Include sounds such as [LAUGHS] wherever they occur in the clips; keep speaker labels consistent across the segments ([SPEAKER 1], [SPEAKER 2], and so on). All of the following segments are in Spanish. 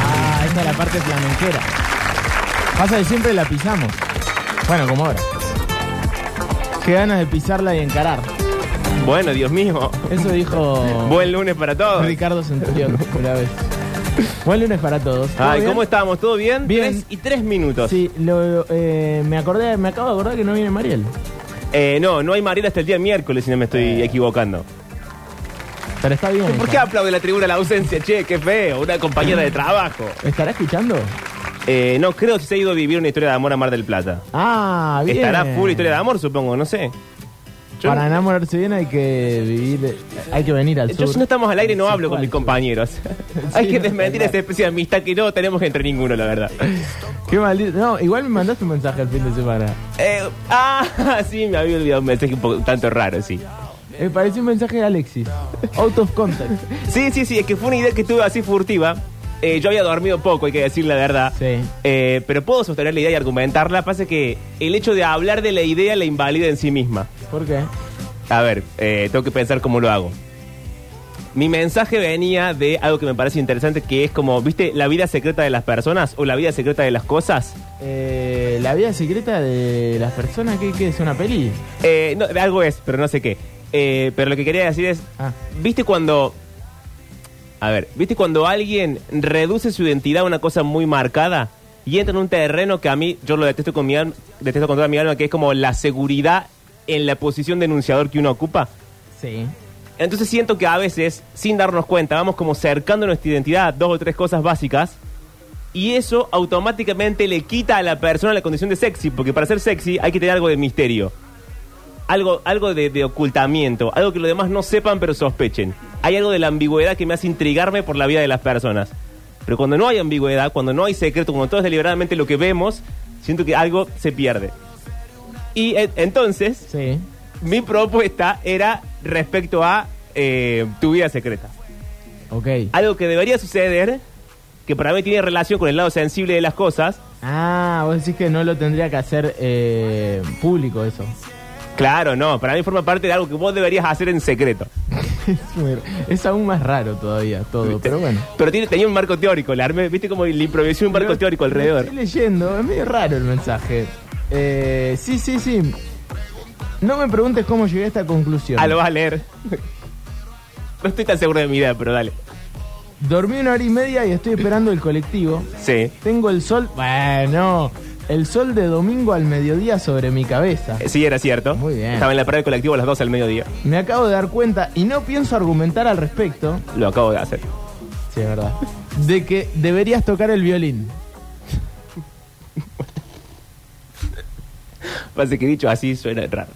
[SPEAKER 1] Ah, parte flamenquera. Pasa que siempre la pisamos. Bueno, como ahora. Qué ganas de pisarla y encarar.
[SPEAKER 2] Bueno, Dios mío.
[SPEAKER 1] Eso dijo
[SPEAKER 2] Buen lunes para todos.
[SPEAKER 1] Ricardo Centurión una vez. Buen lunes para todos. ¿Todo
[SPEAKER 2] Ay,
[SPEAKER 1] bien?
[SPEAKER 2] ¿cómo estamos? ¿Todo bien?
[SPEAKER 1] Bien.
[SPEAKER 2] Tres y tres minutos.
[SPEAKER 1] Sí, lo, eh, me acordé, me acabo de acordar que no viene Mariel.
[SPEAKER 2] Eh, no, no hay Mariela hasta el día miércoles, si no me estoy
[SPEAKER 1] Eh.
[SPEAKER 2] equivocando.
[SPEAKER 1] Pero está bien.
[SPEAKER 2] ¿Por
[SPEAKER 1] ella.
[SPEAKER 2] qué aplaude la tribuna la ausencia? Che, qué feo, una compañera de trabajo.
[SPEAKER 1] ¿Estará escuchando?
[SPEAKER 2] Eh, no, creo que se ha ido a vivir una historia de amor a Mar del Plata.
[SPEAKER 1] Ah, bien.
[SPEAKER 2] Estará full historia de amor, supongo, no sé. Yo,
[SPEAKER 1] Para enamorarse bien hay que vivir, hay que venir al
[SPEAKER 2] eh, yo
[SPEAKER 1] sur.
[SPEAKER 2] si no estamos al aire no
[SPEAKER 1] Sí,
[SPEAKER 2] hablo con
[SPEAKER 1] ¿cuál? [LAUGHS]
[SPEAKER 2] mis compañeros. [LAUGHS] hay
[SPEAKER 1] Sí,
[SPEAKER 2] que
[SPEAKER 1] no,
[SPEAKER 2] desmentir
[SPEAKER 1] tal
[SPEAKER 2] esa especie de amistad que no tenemos entre ninguno,
[SPEAKER 1] [LAUGHS]
[SPEAKER 2] la verdad.
[SPEAKER 1] Qué maldito. No, igual me mandaste un mensaje el fin de semana.
[SPEAKER 2] Eh, ah, [LAUGHS] sí, me había olvidado un mensaje un poco, un tanto raro, sí.
[SPEAKER 1] Me pareció un mensaje de Alexis. Out of context.
[SPEAKER 2] Sí, sí, sí, es que fue una idea que tuve así furtiva. Eh, yo había dormido poco, hay que decir la verdad.
[SPEAKER 1] Sí.
[SPEAKER 2] Eh, pero puedo sostener la idea y argumentarla. Pasa que el hecho de hablar de la idea la invalida en sí misma.
[SPEAKER 1] ¿Por qué?
[SPEAKER 2] A ver, eh, tengo que pensar cómo lo hago. Mi mensaje venía de algo que me parece interesante, que es como, ¿viste? La vida secreta de las personas o la vida secreta de las cosas.
[SPEAKER 1] Eh, la vida secreta de las personas, ¿qué, qué es? ¿Una peli?
[SPEAKER 2] Eh, no, de algo es, pero no sé qué. Eh, pero lo que quería decir es,
[SPEAKER 1] Ah.
[SPEAKER 2] ¿viste cuando... A ver, ¿viste cuando alguien reduce su identidad a una cosa muy marcada y entra en un terreno que a mí, yo lo detesto con mi alma, detesto con toda mi alma, que es como la seguridad en la posición de denunciador que uno ocupa?
[SPEAKER 1] Sí.
[SPEAKER 2] Entonces siento que a veces, sin darnos cuenta, vamos como cercando nuestra identidad a dos o tres cosas básicas. Y eso automáticamente le quita a la persona la condición de sexy, porque para ser sexy hay que tener algo de misterio. Algo, algo de, de ocultamiento, algo que los demás no sepan pero sospechen. Hay algo de la ambigüedad que me hace intrigarme por la vida de las personas. Pero cuando no hay ambigüedad, cuando no hay secreto, cuando todo es deliberadamente lo que vemos, siento que algo se pierde. Y eh, entonces,
[SPEAKER 1] Sí.
[SPEAKER 2] mi propuesta era respecto a eh, tu vida secreta.
[SPEAKER 1] Ok.
[SPEAKER 2] Algo que debería suceder, que para mí tiene relación con el lado sensible de las cosas.
[SPEAKER 1] Ah, vos decís que no lo tendría que hacer eh, público eso. [LAUGHS]
[SPEAKER 2] Claro, no, para mí forma parte de algo que vos deberías hacer en secreto.
[SPEAKER 1] Es, muy- es aún más raro todavía todo, pero bueno.
[SPEAKER 2] Pero tiene, tenía un marco teórico, le armé, viste como le improvisé un marco
[SPEAKER 1] Pero
[SPEAKER 2] teórico
[SPEAKER 1] lo
[SPEAKER 2] alrededor.
[SPEAKER 1] Estoy leyendo, es medio raro el mensaje. Eh, sí, sí, sí. No me preguntes cómo llegué a esta conclusión.
[SPEAKER 2] Ah, lo vas a leer. No estoy tan seguro de mi idea, pero dale.
[SPEAKER 1] Dormí una hora y media y estoy esperando el colectivo.
[SPEAKER 2] Sí.
[SPEAKER 1] Tengo el sol. Bueno, el sol de domingo al mediodía sobre mi cabeza.
[SPEAKER 2] Eh, Sí, era cierto.
[SPEAKER 1] Muy bien.
[SPEAKER 2] Estaba en la parada del colectivo a las 12 del mediodía.
[SPEAKER 1] Me acabo de dar cuenta y no pienso argumentar al respecto.
[SPEAKER 2] Lo acabo de hacer.
[SPEAKER 1] Sí, es verdad. De que deberías tocar el violín.
[SPEAKER 2] Parece que dicho así suena raro.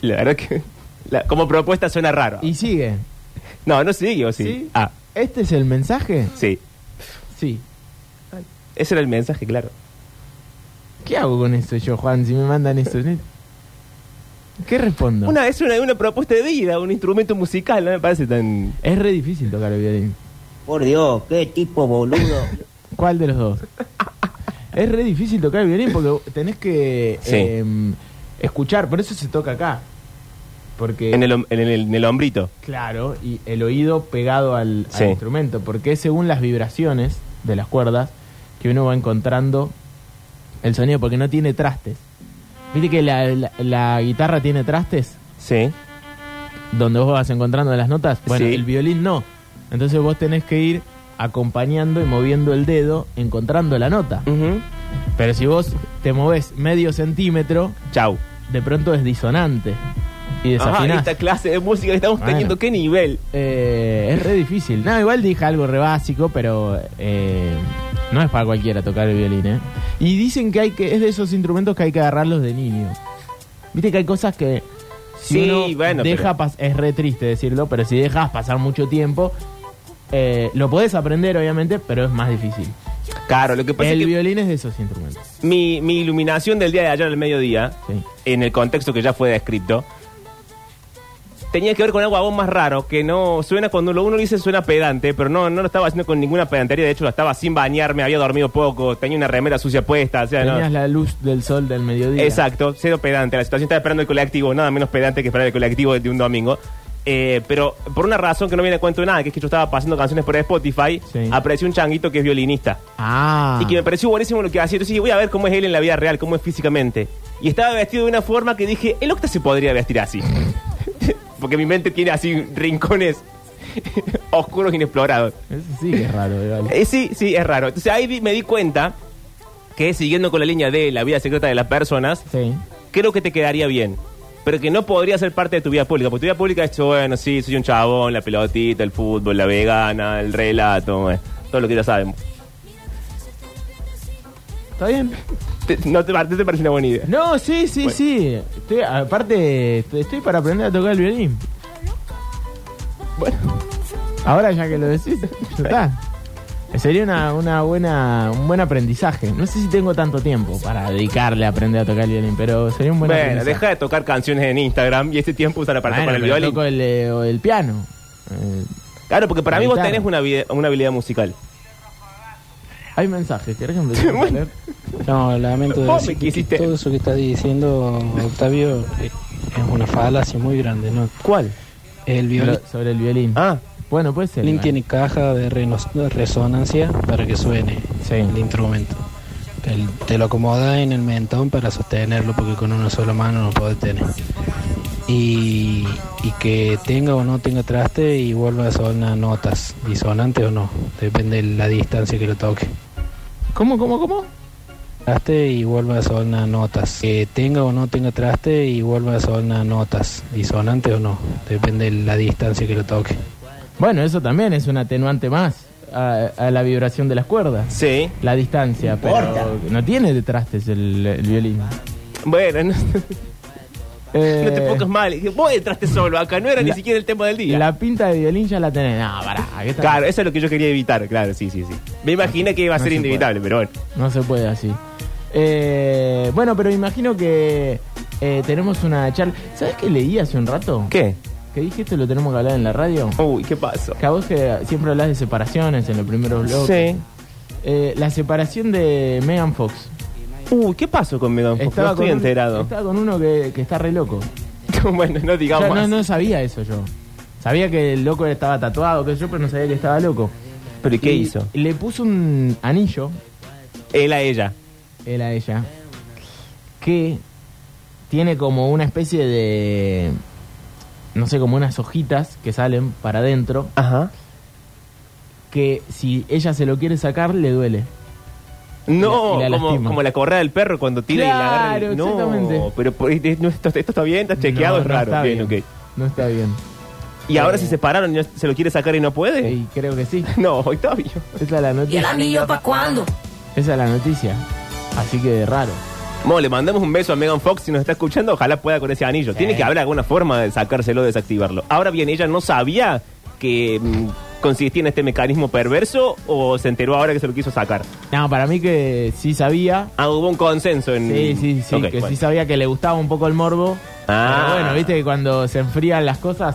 [SPEAKER 2] La verdad que. [LAUGHS] la- como propuesta suena raro.
[SPEAKER 1] Y sigue.
[SPEAKER 2] No, no sigue, ¿o sí?
[SPEAKER 1] ¿Sí?
[SPEAKER 2] Ah,
[SPEAKER 1] ¿Este es el mensaje?
[SPEAKER 2] sí.
[SPEAKER 1] Sí.
[SPEAKER 2] Ese era el mensaje, claro.
[SPEAKER 1] ¿Qué hago con eso yo, Juan, si me mandan eso? ¿Qué respondo?
[SPEAKER 2] Una, es una, una propuesta de vida, un instrumento musical, no me parece tan.
[SPEAKER 1] Es re difícil tocar el violín.
[SPEAKER 3] Por Dios, qué tipo boludo.
[SPEAKER 1] ¿Cuál de los dos? es re difícil tocar el violín porque tenés que
[SPEAKER 2] Sí.
[SPEAKER 1] em, escuchar, por eso se toca acá. Porque,
[SPEAKER 2] En el, hom- en el- en el hombrito.
[SPEAKER 1] claro, y el oído pegado al, al
[SPEAKER 2] Sí.
[SPEAKER 1] instrumento, porque es según las vibraciones de las cuerdas que uno va encontrando el sonido, porque no tiene trastes. ¿Viste que la, la- la guitarra tiene trastes?
[SPEAKER 2] Sí.
[SPEAKER 1] donde vos vas encontrando las notas, bueno,
[SPEAKER 2] Sí.
[SPEAKER 1] el violín no. Entonces vos tenés que ir acompañando y moviendo el dedo, encontrando la nota. Pero si vos te movés medio centímetro,
[SPEAKER 2] Chau.
[SPEAKER 1] de pronto es disonante y
[SPEAKER 2] Ajá,
[SPEAKER 1] desafinás.
[SPEAKER 2] esta clase de música que estamos
[SPEAKER 1] Bueno.
[SPEAKER 2] teniendo, qué nivel.
[SPEAKER 1] Eh, es re difícil. No, igual dije algo re básico, pero eh, no es para cualquiera tocar el violín, ¿eh? Y dicen que hay que es de esos instrumentos que hay que agarrarlos de niño. Viste que hay cosas que si
[SPEAKER 2] Sí,
[SPEAKER 1] uno
[SPEAKER 2] bueno,
[SPEAKER 1] deja
[SPEAKER 2] pero-
[SPEAKER 1] pas- es re triste decirlo, pero si dejas pasar mucho tiempo eh, lo podés aprender obviamente, pero es más difícil.
[SPEAKER 2] Claro, lo que pasa
[SPEAKER 1] el
[SPEAKER 2] es que
[SPEAKER 1] violín es de esos instrumentos.
[SPEAKER 2] mi, mi iluminación del día de ayer al mediodía,
[SPEAKER 1] Sí.
[SPEAKER 2] en el contexto que ya fue descrito, tenía que ver con algo aún más raro, que no suena cuando lo uno dice suena pedante, pero no, no lo estaba haciendo con ninguna pedantería, de hecho lo estaba sin bañarme, había dormido poco, tenía una remera sucia puesta, o sea, no.
[SPEAKER 1] Tenías la luz del sol del mediodía.
[SPEAKER 2] Exacto, cero pedante. La situación estaba esperando el colectivo, nada menos pedante que esperar el colectivo de un domingo. eh, pero por una razón que no viene a cuento de nada, que es que yo estaba pasando canciones por Spotify,
[SPEAKER 1] Sí.
[SPEAKER 2] apareció un changuito que es violinista.
[SPEAKER 1] Ah.
[SPEAKER 2] Y que me pareció buenísimo lo que hacía. Entonces dije, voy a ver cómo es él en la vida real, cómo es físicamente. Y estaba vestido de una forma que dije, el Octa se podría vestir así. [LAUGHS] Porque mi mente tiene así rincones [LAUGHS] oscuros inexplorados.
[SPEAKER 1] Eso sí que es raro, igual.
[SPEAKER 2] Eh, sí, sí, es raro. Entonces ahí vi- me di cuenta que siguiendo con la línea de la vida secreta de las personas,
[SPEAKER 1] Sí.
[SPEAKER 2] creo que te quedaría bien. Pero que no podría ser parte de tu vida pública. Porque tu vida pública es, bueno, sí, soy un chabón, la pelotita, el fútbol, la vegana, el relato, eh, todo lo que ya sabemos.
[SPEAKER 1] ¿Está bien?
[SPEAKER 2] Te- no te, te parece una buena idea.
[SPEAKER 1] No, sí, sí,
[SPEAKER 2] Bueno.
[SPEAKER 1] sí. Estoy- aparte, estoy- estoy para aprender a tocar el violín.
[SPEAKER 2] Bueno.
[SPEAKER 1] Ahora ya que lo decís, ya está. Sería una, una buena, un buen aprendizaje. No sé si tengo tanto tiempo para dedicarle a aprender a tocar el violín, pero sería un buen
[SPEAKER 2] Bueno,
[SPEAKER 1] aprendizaje.
[SPEAKER 2] deja de tocar canciones en Instagram y este tiempo usará para
[SPEAKER 1] Bueno,
[SPEAKER 2] tocar el
[SPEAKER 1] pero
[SPEAKER 2] violín.
[SPEAKER 1] toco el, eh, o el piano. Eh,
[SPEAKER 2] Claro, porque para
[SPEAKER 1] la
[SPEAKER 2] mí vos
[SPEAKER 1] guitarra.
[SPEAKER 2] tenés una, habi- una habilidad musical.
[SPEAKER 1] hay mensajes, ¿querés que empecemos a
[SPEAKER 2] [LAUGHS] Bueno.
[SPEAKER 1] leer?
[SPEAKER 4] No, lamento
[SPEAKER 2] Vos me
[SPEAKER 4] decir que
[SPEAKER 2] quisiste.
[SPEAKER 4] todo eso que estás diciendo, Octavio, eh, es una falacia muy grande, ¿no?
[SPEAKER 2] ¿Cuál?
[SPEAKER 4] El violín,
[SPEAKER 1] Lo- sobre el violín.
[SPEAKER 2] Ah,
[SPEAKER 1] Bueno, puede ser. igual.
[SPEAKER 4] tiene caja de reno- resonancia para que suene
[SPEAKER 1] Sí.
[SPEAKER 4] el instrumento. El- te lo acomoda en el mentón para sostenerlo porque con una sola mano no puede tener. Y, y que tenga o no tenga traste y vuelva a sonar notas, disonante o no, depende de la distancia que lo toque.
[SPEAKER 1] ¿Cómo, cómo, cómo?
[SPEAKER 4] traste y vuelva a sonar notas. Que tenga o no tenga traste y vuelva a sonar notas. Disonante o no, depende de la distancia que lo toque.
[SPEAKER 1] Bueno, eso también es un atenuante más a, a la vibración de las cuerdas.
[SPEAKER 2] sí.
[SPEAKER 1] La distancia,
[SPEAKER 3] No importa.
[SPEAKER 1] pero no tiene de trastes el, el violín.
[SPEAKER 2] Bueno, no, [LAUGHS]
[SPEAKER 1] Eh,
[SPEAKER 2] no te pongas mal. Vos entraste solo acá, no era ni
[SPEAKER 1] la-
[SPEAKER 2] siquiera el tema del día.
[SPEAKER 1] La pinta de violín ya la tenés. No, pará, ¿qué tal?
[SPEAKER 2] Claro, eso es lo que yo quería evitar, claro, sí, sí, sí. Me imaginé que iba a
[SPEAKER 1] No
[SPEAKER 2] ser
[SPEAKER 1] se
[SPEAKER 2] inevitable, pero bueno.
[SPEAKER 1] No se puede así. Eh, bueno, pero imagino que eh, tenemos una charla. ¿Sabes qué leí hace un rato?
[SPEAKER 2] ¿Qué?
[SPEAKER 1] Que dije esto lo tenemos que hablar en la radio.
[SPEAKER 2] Uy, ¿qué pasó?
[SPEAKER 1] Que a vos que siempre hablas de separaciones en los primeros blogs.
[SPEAKER 2] Sí.
[SPEAKER 1] la separación de Megan Fox.
[SPEAKER 2] Uy, ¿qué pasó con Megan Fox? No estoy
[SPEAKER 1] un-
[SPEAKER 2] enterado.
[SPEAKER 1] estaba con uno que, que está re loco.
[SPEAKER 2] [LAUGHS] bueno, no
[SPEAKER 1] Yo
[SPEAKER 2] digamos
[SPEAKER 1] no,
[SPEAKER 2] más.
[SPEAKER 1] no sabía eso yo. Sabía que el loco estaba tatuado, que yo, pero no sabía que estaba loco.
[SPEAKER 2] ¿Pero y qué
[SPEAKER 1] Y
[SPEAKER 2] hizo?
[SPEAKER 1] Le puso un anillo,
[SPEAKER 2] Él a ella.
[SPEAKER 1] él a ella, que tiene como una especie de. No sé, como unas hojitas que salen para adentro,
[SPEAKER 2] Ajá.
[SPEAKER 1] que si ella se lo quiere sacar, le duele.
[SPEAKER 2] No,
[SPEAKER 1] Y la- y la
[SPEAKER 2] como,
[SPEAKER 1] lastima.
[SPEAKER 2] como la correa del perro cuando tira y la agarra.
[SPEAKER 1] Claro,
[SPEAKER 2] y- no,
[SPEAKER 1] exactamente.
[SPEAKER 2] pero por- eh, no, esto, esto está bien, está chequeado,
[SPEAKER 1] No,
[SPEAKER 2] es
[SPEAKER 1] no
[SPEAKER 2] raro.
[SPEAKER 1] está
[SPEAKER 2] bien, ok.
[SPEAKER 1] No está bien.
[SPEAKER 2] Y ahora
[SPEAKER 1] Eh.
[SPEAKER 2] se separaron y no- se lo quiere sacar y no puede.
[SPEAKER 1] Y creo que sí.
[SPEAKER 2] [LAUGHS] No, Octavio.
[SPEAKER 1] Esa es
[SPEAKER 5] [LAUGHS]
[SPEAKER 1] la
[SPEAKER 5] ¿Y el
[SPEAKER 1] noticia.
[SPEAKER 5] anillo para cuándo?
[SPEAKER 1] Esa es la noticia. Así que raro.
[SPEAKER 2] Bueno, le mandamos un beso a Megan Fox si nos está escuchando. Ojalá pueda con ese anillo. Tiene que haber alguna forma de sacárselo, desactivarlo. Ahora bien, ella no sabía que mm, consistía en este mecanismo perverso o se enteró ahora que se lo quiso sacar.
[SPEAKER 1] No, para mí que sí sabía.
[SPEAKER 2] Ah, hubo un consenso en.
[SPEAKER 1] Sí, sí, sí,
[SPEAKER 2] Mm. Ok,
[SPEAKER 1] que
[SPEAKER 2] bueno.
[SPEAKER 1] sí sabía que le gustaba un poco el morbo.
[SPEAKER 2] Ah.
[SPEAKER 1] Pero bueno, viste que cuando se enfrían las cosas.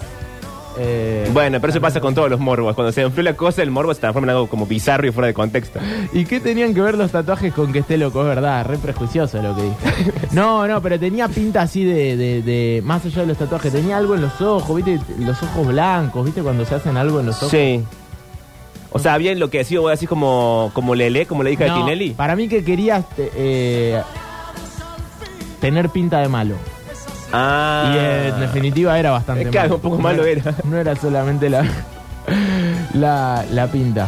[SPEAKER 1] eh,
[SPEAKER 2] Bueno, pero eso pasa con todos los morbos. Cuando se enfrió la cosa, el morbo se transforma en algo como bizarro y fuera de contexto.
[SPEAKER 1] ¿Y qué tenían que ver los tatuajes con que esté loco? Es verdad, re prejuicioso lo que
[SPEAKER 2] [LAUGHS]
[SPEAKER 1] dije. No, no, pero tenía pinta así de, de- de- Más allá de los tatuajes, tenía algo en los ojos, viste, los ojos blancos, viste, cuando se hacen algo en los ojos.
[SPEAKER 2] Sí. O sea, había enloquecido, voy a decir como, como Lele, como la hija
[SPEAKER 1] No,
[SPEAKER 2] de Tinelli.
[SPEAKER 1] Para mí que querías eh, tener pinta de malo.
[SPEAKER 2] Ah.
[SPEAKER 1] Y eh, en definitiva era bastante
[SPEAKER 2] Es que
[SPEAKER 1] malo.
[SPEAKER 2] algo un poco malo
[SPEAKER 1] No
[SPEAKER 2] era.
[SPEAKER 1] No era solamente la, la, la pinta.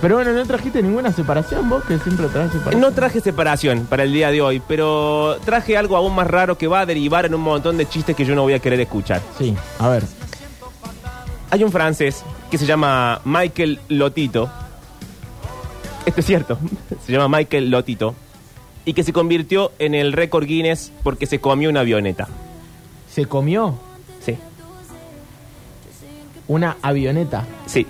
[SPEAKER 1] Pero bueno, no trajiste ninguna separación vos, que siempre traes separación.
[SPEAKER 2] No traje separación para el día de hoy, pero traje algo aún más raro que va a derivar en un montón de chistes que yo no voy a querer escuchar.
[SPEAKER 1] Sí, a ver.
[SPEAKER 2] Hay un francés que se llama Michael Lotito. Esto es cierto. [LAUGHS] Se llama Michael Lotito. Y que se convirtió en el récord Guinness porque se comió una avioneta.
[SPEAKER 1] ¿Se comió
[SPEAKER 2] Sí,
[SPEAKER 1] una avioneta? [LAUGHS]
[SPEAKER 2] sí.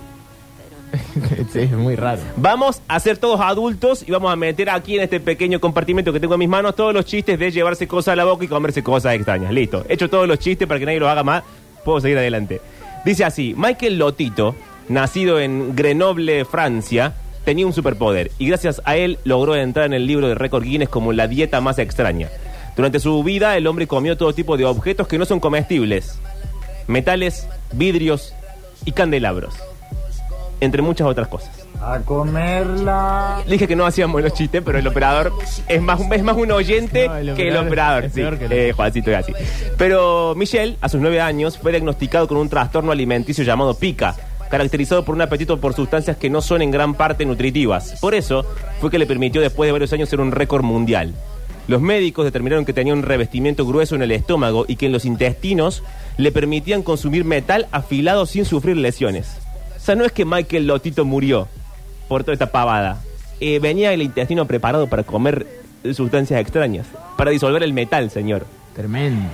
[SPEAKER 1] sí, es muy raro.
[SPEAKER 2] Vamos a ser todos adultos y vamos a meter aquí en este pequeño compartimento que tengo en mis manos todos los chistes de llevarse cosas a la boca y comerse cosas extrañas. Listo. He hecho todos los chistes para que nadie los haga más. Puedo seguir adelante. Dice así, Michael Lotito, nacido en Grenoble, Francia, tenía un superpoder y gracias a él logró entrar en el libro de récord Guinness como la dieta más extraña. Durante su vida el hombre comió todo tipo de objetos que no son comestibles. Metales, vidrios y candelabros. Entre muchas otras cosas.
[SPEAKER 5] A comerla.
[SPEAKER 2] Dije que no hacíamos los chistes, pero el operador es más, es más un oyente
[SPEAKER 1] No, el
[SPEAKER 2] que el
[SPEAKER 1] operador
[SPEAKER 2] operador.
[SPEAKER 1] es
[SPEAKER 2] sí.
[SPEAKER 1] peor que el
[SPEAKER 2] Eh,
[SPEAKER 1] oyente.
[SPEAKER 2] Juancito Gatti. Pero Michelle, a sus nueve años, fue diagnosticado con un trastorno alimenticio llamado pica, caracterizado por un apetito por sustancias que no son en gran parte nutritivas. Por eso fue que le permitió después de varios años ser un récord mundial. Los médicos determinaron que tenía un revestimiento grueso en el estómago y que en los intestinos le permitían consumir metal afilado sin sufrir lesiones. O sea, no es que Michael Lotito murió por toda esta pavada. Eh, venía el intestino preparado para comer eh, sustancias extrañas, para disolver el metal, señor.
[SPEAKER 1] Tremendo.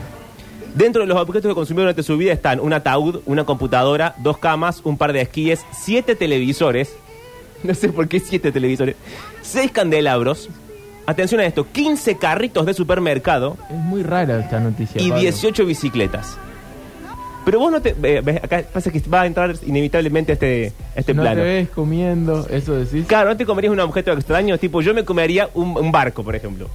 [SPEAKER 2] Dentro de los objetos que consumió durante su vida están un ataúd, una computadora, dos camas, un par de esquíes, siete televisores. [LAUGHS] No sé por qué siete televisores. Seis candelabros. Atención a esto, 15 carritos de supermercado
[SPEAKER 1] Es muy rara esta noticia.
[SPEAKER 2] y
[SPEAKER 1] Pablo.
[SPEAKER 2] 18 bicicletas. Pero vos no te... eh, ves, acá pasa que va a entrar inevitablemente este, este
[SPEAKER 1] no
[SPEAKER 2] plano.
[SPEAKER 1] te ves comiendo, eso decís.
[SPEAKER 2] Claro, no te comerías un objeto extraño, tipo yo me comería un, un barco, por ejemplo.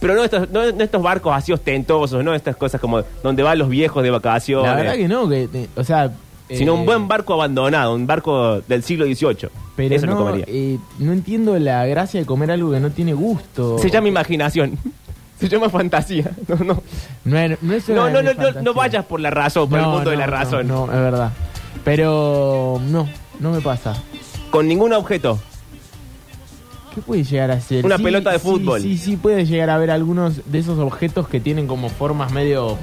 [SPEAKER 2] Pero no estos, no, no estos barcos así ostentosos, no estas cosas como donde van los viejos de vacaciones.
[SPEAKER 1] La verdad que no, que, te- o sea...
[SPEAKER 2] Sino
[SPEAKER 1] eh,
[SPEAKER 2] un buen barco abandonado, un barco del siglo XVIII.
[SPEAKER 1] Pero
[SPEAKER 2] Eso
[SPEAKER 1] no,
[SPEAKER 2] me comería.
[SPEAKER 1] eh, no entiendo la gracia de comer algo que no tiene gusto.
[SPEAKER 2] Se llama imaginación. [LAUGHS] Se llama fantasía. No, no.
[SPEAKER 1] No, es- no, es
[SPEAKER 2] No,
[SPEAKER 1] una
[SPEAKER 2] no, no, no,
[SPEAKER 1] fantasía.
[SPEAKER 2] no vayas por la razón, por el
[SPEAKER 1] No,
[SPEAKER 2] mundo de
[SPEAKER 1] no,
[SPEAKER 2] la
[SPEAKER 1] no,
[SPEAKER 2] razón.
[SPEAKER 1] No, es verdad. Pero no, no me pasa.
[SPEAKER 2] Con ningún objeto.
[SPEAKER 1] ¿Qué puede llegar a ser?
[SPEAKER 2] Una pelota de fútbol.
[SPEAKER 1] Sí, sí, puede llegar a haber algunos de esos objetos que tienen como formas medio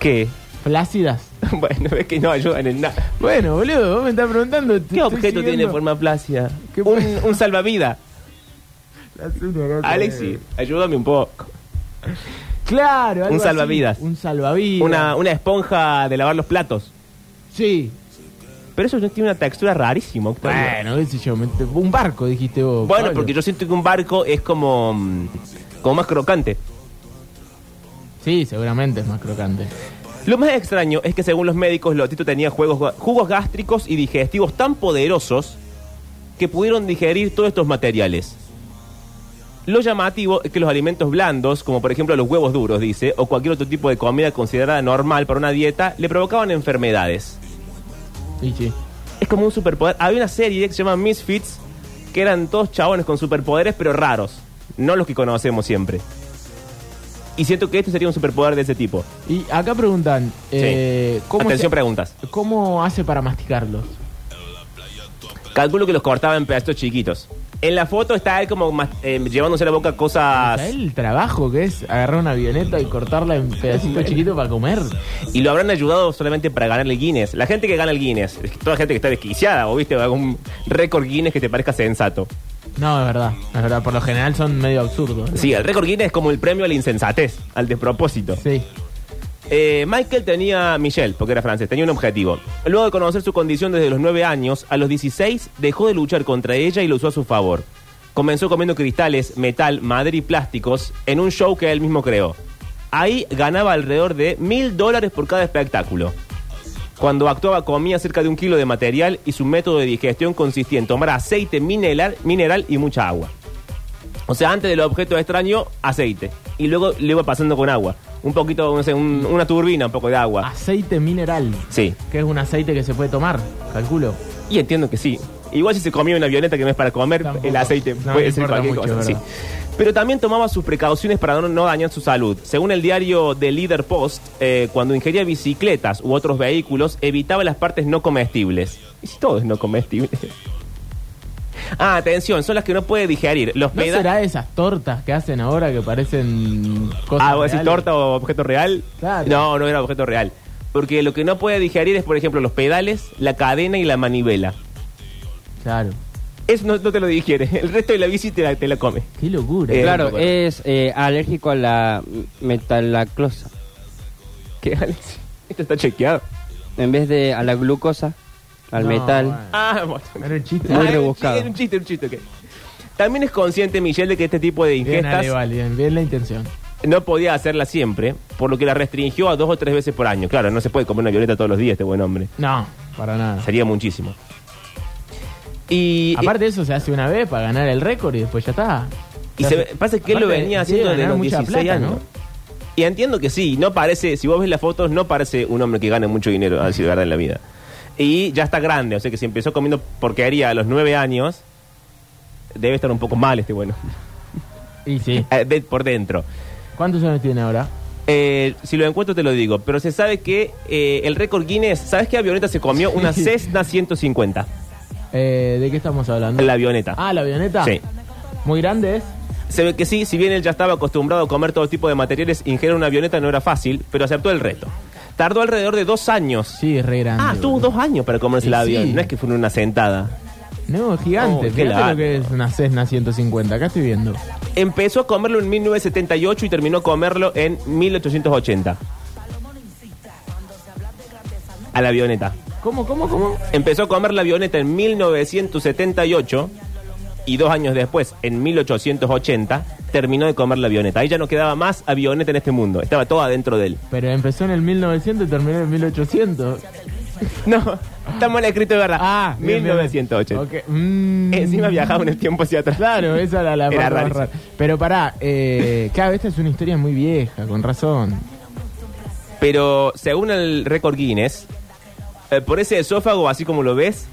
[SPEAKER 2] ¿Qué?
[SPEAKER 1] flácidas.
[SPEAKER 2] [LAUGHS] Bueno, es que no ayudan en nada.
[SPEAKER 1] Bueno, boludo, vos me estás preguntando. te
[SPEAKER 2] ¿Qué
[SPEAKER 1] estoy
[SPEAKER 2] objeto tiene
[SPEAKER 1] siguiendo.
[SPEAKER 2] forma plácida?
[SPEAKER 1] ¿Qué
[SPEAKER 2] Un,
[SPEAKER 1] puede- [LAUGHS]
[SPEAKER 2] un salvavidas. Alexi,
[SPEAKER 1] Alexi.
[SPEAKER 2] ayúdame un poco.
[SPEAKER 1] Claro, algo
[SPEAKER 2] Un
[SPEAKER 1] así.
[SPEAKER 2] salvavidas.
[SPEAKER 1] Un salvavidas.
[SPEAKER 2] Una, una esponja de lavar los platos.
[SPEAKER 1] Sí.
[SPEAKER 2] Pero eso tiene una textura rarísima. Octavio.
[SPEAKER 1] Bueno, qué sé yo. me- Un barco, dijiste vos.
[SPEAKER 2] Bueno,
[SPEAKER 1] Pablo.
[SPEAKER 2] porque yo siento que un barco es como, mm, como más crocante.
[SPEAKER 1] Sí, seguramente es más crocante.
[SPEAKER 2] Lo más extraño es que según los médicos, Lotito tenía juegos- jugos gástricos y digestivos tan poderosos que pudieron digerir todos estos materiales. Lo llamativo es que los alimentos blandos, como por ejemplo los huevos duros, dice, o cualquier otro tipo de comida considerada normal para una dieta, le provocaban enfermedades.
[SPEAKER 1] Y sí.
[SPEAKER 2] Es como un superpoder. Había una serie que se llama Misfits, que eran todos chabones con superpoderes, pero raros. No los que conocemos siempre. Y siento que este sería un superpoder de ese tipo.
[SPEAKER 1] Y acá preguntan, eh, ¿cómo, se-
[SPEAKER 2] Atención, preguntas.
[SPEAKER 1] ¿cómo hace para masticarlos?
[SPEAKER 2] Calculo que los cortaba en pedazos chiquitos. En la foto está él como mas- eh, llevándose a la boca
[SPEAKER 1] O
[SPEAKER 2] cosas.
[SPEAKER 1] sea, el trabajo que es agarrar una avioneta y cortarla en pedacitos chiquitos para comer.
[SPEAKER 2] Y lo habrán ayudado solamente para ganar el Guinness. La gente que gana el Guinness, es que toda gente que está desquiciada, o viste, algún récord Guinness que te parezca sensato.
[SPEAKER 1] No, es verdad, es verdad. Por lo general son medio absurdos. ¿no?
[SPEAKER 2] Sí, el récord Guinness es como el premio a la insensatez, al despropósito.
[SPEAKER 1] Sí.
[SPEAKER 2] Eh, Michael tenía, Michel, porque era francés, tenía un objetivo. Luego de conocer su condición desde los 9 años, a los 16 dejó de luchar contra ella y lo usó a su favor. Comenzó comiendo cristales, metal, madera y plásticos en un show que él mismo creó. Ahí ganaba alrededor de mil dólares por cada espectáculo. Cuando actuaba comía cerca de un kilo de material y su método de digestión consistía en tomar aceite mineral, mineral y mucha agua. O sea, antes del objeto extraño, aceite. Y luego le iba pasando con agua. Un poquito, no sé, un- una turbina, un poco de agua.
[SPEAKER 1] Aceite mineral,
[SPEAKER 2] Sí.
[SPEAKER 1] que es un aceite que se puede tomar, calculo.
[SPEAKER 2] Y entiendo que sí. Igual si se comía una avioneta que no es para comer,
[SPEAKER 1] Tampoco.
[SPEAKER 2] el aceite
[SPEAKER 1] No,
[SPEAKER 2] puede
[SPEAKER 1] no
[SPEAKER 2] ser
[SPEAKER 1] importa
[SPEAKER 2] cualquier
[SPEAKER 1] mucho,
[SPEAKER 2] cosa.
[SPEAKER 1] es
[SPEAKER 2] sí.
[SPEAKER 1] verdad.
[SPEAKER 2] Pero también tomaba sus precauciones para no, no dañar su salud. Según el diario The Leader Post, eh, cuando ingería bicicletas u otros vehículos, evitaba las partes no comestibles. Y si todo es no comestible. [LAUGHS] Ah, atención, son las que no puede digerir. Los
[SPEAKER 1] ¿No
[SPEAKER 2] peda-
[SPEAKER 1] será de esas tortas que hacen ahora que parecen cosas
[SPEAKER 2] Ah, ¿vos
[SPEAKER 1] reales?
[SPEAKER 2] decís torta o objeto real?
[SPEAKER 1] Claro.
[SPEAKER 2] No, no era objeto real. Porque lo que no puede digerir es, por ejemplo, los pedales, la cadena y la manivela.
[SPEAKER 1] Claro.
[SPEAKER 2] Eso no, no te lo digiere. El resto de la bici te la, te la come. [LAUGHS]
[SPEAKER 1] Qué locura.
[SPEAKER 2] Eh,
[SPEAKER 6] Claro,
[SPEAKER 2] bueno.
[SPEAKER 6] es eh, alérgico a la metalaclosa.
[SPEAKER 2] ¿Qué, Alex? Esto está chequeado.
[SPEAKER 6] En vez de a la glucosa, al
[SPEAKER 1] No,
[SPEAKER 6] metal.
[SPEAKER 1] bueno.
[SPEAKER 2] Ah, bueno.
[SPEAKER 1] Era un chiste.
[SPEAKER 6] Muy
[SPEAKER 2] Ah, era un
[SPEAKER 6] rebuscado.
[SPEAKER 2] chi- era un chiste, un chiste. ok. También es consciente, Michelle, de que este tipo de
[SPEAKER 1] Bien,
[SPEAKER 2] ingestas
[SPEAKER 1] Ale, vale, bien, bien la intención.
[SPEAKER 2] no podía hacerla siempre, por lo que la restringió a dos o tres veces por año. Claro, no se puede comer una violeta todos los días este buen hombre.
[SPEAKER 1] No, para nada.
[SPEAKER 2] Sería muchísimo. Y,
[SPEAKER 1] Aparte eso se hace una vez para ganar el récord y después ya está.
[SPEAKER 2] Y se ve- pasa que él lo venía haciendo desde
[SPEAKER 1] de
[SPEAKER 2] los 16 años. Y entiendo que sí, no parece, si vos ves las fotos, no parece un hombre que gane mucho dinero, a decir verdad, en la vida. Y ya está grande, o sea que si empezó comiendo porquería a los nueve años, debe estar un poco mal este bueno,
[SPEAKER 1] Y sí.
[SPEAKER 2] [LAUGHS] eh, de- por dentro.
[SPEAKER 1] ¿Cuántos años tiene ahora?
[SPEAKER 2] Eh, si lo encuentro te lo digo, pero se sabe que eh, el récord Guinness, ¿sabes qué avioneta se comió? Una
[SPEAKER 1] Sí.
[SPEAKER 2] Cessna 150,
[SPEAKER 1] Eh, ¿De qué estamos hablando?
[SPEAKER 2] la avioneta.
[SPEAKER 1] Ah, la avioneta.
[SPEAKER 2] Sí.
[SPEAKER 1] Muy grande es.
[SPEAKER 2] Se ve que sí, si bien él ya estaba acostumbrado a comer todo tipo de materiales, ingerir una avioneta no era fácil, pero aceptó el reto. Tardó alrededor de dos años.
[SPEAKER 1] Sí, es re grande.
[SPEAKER 2] Ah, estuvo
[SPEAKER 1] boludo.
[SPEAKER 2] dos años para comerse
[SPEAKER 1] Y
[SPEAKER 2] el
[SPEAKER 1] sí.
[SPEAKER 2] avión. No es que fue una sentada.
[SPEAKER 1] No, gigante.
[SPEAKER 2] Oh, qué
[SPEAKER 1] Fíjate lo
[SPEAKER 2] largo.
[SPEAKER 1] que es una Cessna 150. Acá estoy viendo.
[SPEAKER 2] Empezó a comerlo en 1978 y terminó a comerlo en 1880. A la avioneta.
[SPEAKER 1] ¿Cómo, cómo, cómo?
[SPEAKER 2] Empezó a comer la avioneta en 1978 y dos años después, en 1880, terminó de comer la avioneta. Ahí ya no quedaba más avioneta en este mundo. Estaba todo adentro de él.
[SPEAKER 1] Pero empezó en el 1900 y terminó en el 1800.
[SPEAKER 2] [LAUGHS] No, está mal escrito de verdad.
[SPEAKER 1] Ah, bien, bien, bien.
[SPEAKER 2] 1980.
[SPEAKER 1] Ok, mm.
[SPEAKER 2] Eh, Encima viajaba en el tiempo hacia atrás.
[SPEAKER 1] Claro, esa era la
[SPEAKER 2] [LAUGHS] Era
[SPEAKER 1] parte más
[SPEAKER 2] rarísimo.
[SPEAKER 1] rara. Pero pará, eh, claro, esta es una historia muy vieja, con razón.
[SPEAKER 2] Pero según el récord Guinness, eh, por ese esófago, así como lo ves,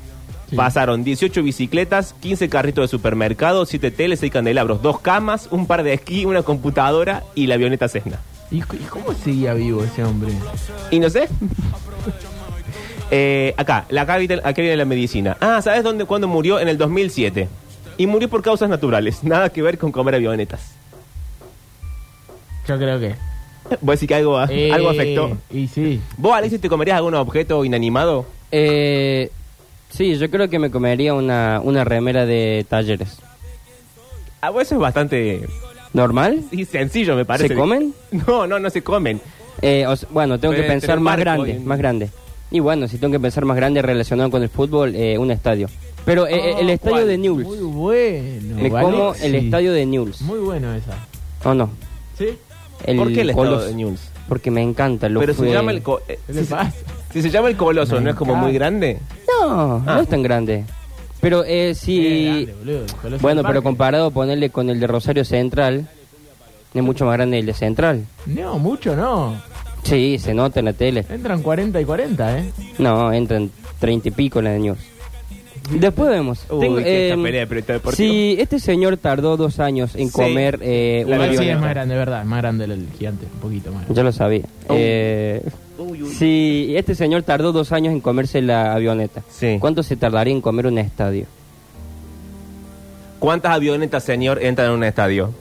[SPEAKER 1] Sí.
[SPEAKER 2] pasaron 18 bicicletas, 15 carritos de supermercado, 7 teles, 6 candelabros, 2 camas, un par de esquí, una computadora y la avioneta Cessna.
[SPEAKER 1] ¿Y, cu- y cómo seguía vivo ese hombre?
[SPEAKER 2] Y
[SPEAKER 1] [LAUGHS]
[SPEAKER 2] no sé. Eh, acá, la, acá, viene, acá viene la medicina. Ah, ¿sabes dónde cuándo murió? En el 2007. Y murió por causas naturales, [LAUGHS] nada que ver con comer avionetas.
[SPEAKER 1] Yo creo que.
[SPEAKER 2] Voy a decir que algo,
[SPEAKER 1] Eh,
[SPEAKER 2] [LAUGHS] algo afectó.
[SPEAKER 1] Y sí.
[SPEAKER 2] ¿Vos, Alexis, te comerías algún objeto inanimado?
[SPEAKER 6] Eh, sí, yo creo que me comería una, una remera de talleres.
[SPEAKER 2] Ah, bueno, eso es bastante
[SPEAKER 6] ¿Normal?
[SPEAKER 2] Y sencillo, me parece.
[SPEAKER 6] ¿Se comen?
[SPEAKER 2] [LAUGHS] No, no, no se comen.
[SPEAKER 6] Eh, o sea, bueno, tengo que
[SPEAKER 2] Pero-
[SPEAKER 6] pensar
[SPEAKER 2] pero
[SPEAKER 6] más
[SPEAKER 2] marco
[SPEAKER 6] grande,
[SPEAKER 2] en-
[SPEAKER 6] más grande. Y bueno, si tengo que pensar más grande relacionado con el fútbol, eh, un estadio. Pero eh,
[SPEAKER 1] Ah,
[SPEAKER 6] el estadio
[SPEAKER 2] ¿cuál?
[SPEAKER 6] de Newell's.
[SPEAKER 1] Muy bueno.
[SPEAKER 6] Me como el estadio de Newell's.
[SPEAKER 1] Muy bueno esa.
[SPEAKER 6] No, no.
[SPEAKER 1] ¿Sí?
[SPEAKER 6] El
[SPEAKER 2] ¿Por qué el estado
[SPEAKER 6] Colos-
[SPEAKER 2] de News?
[SPEAKER 6] Porque me encanta. Lo
[SPEAKER 2] Pero
[SPEAKER 6] fue-
[SPEAKER 2] se llama el co- eh,
[SPEAKER 1] ¿Qué
[SPEAKER 2] si,
[SPEAKER 1] le
[SPEAKER 2] se-
[SPEAKER 1] pasa?
[SPEAKER 2] si se llama el coloso, ¿no es como muy grande?
[SPEAKER 6] No,
[SPEAKER 2] Ah.
[SPEAKER 6] no es tan grande. Pero eh, sí...
[SPEAKER 1] Qué grande, boludo, Coloso
[SPEAKER 6] bueno,
[SPEAKER 1] del
[SPEAKER 6] pero
[SPEAKER 1] Parque.
[SPEAKER 6] comparado ponerle con el de Rosario Central, es mucho más grande el de Central.
[SPEAKER 1] No, mucho no.
[SPEAKER 6] Sí, se nota en la tele.
[SPEAKER 1] Entran 40 y 40, ¿eh?
[SPEAKER 6] No, entran 30 y pico en la de News. Después vemos.
[SPEAKER 2] Uy,
[SPEAKER 6] Tengo,
[SPEAKER 2] que esta
[SPEAKER 6] em,
[SPEAKER 2] pelea de periodista deportivo.
[SPEAKER 6] si este señor tardó dos años en
[SPEAKER 2] Sí.
[SPEAKER 6] comer eh,
[SPEAKER 2] La
[SPEAKER 6] una
[SPEAKER 2] verdad,
[SPEAKER 1] sí,
[SPEAKER 6] avioneta,
[SPEAKER 1] es más grande, es verdad. Es más grande el, el gigante, un poquito más.
[SPEAKER 6] yo lo sabía.
[SPEAKER 2] Uy.
[SPEAKER 6] Eh,
[SPEAKER 2] Uy, uy.
[SPEAKER 6] si este señor tardó dos años en comerse la avioneta,
[SPEAKER 2] Sí.
[SPEAKER 6] ¿cuánto se tardaría en comer un estadio?
[SPEAKER 2] ¿Cuántas avionetas, señor, entran en un estadio?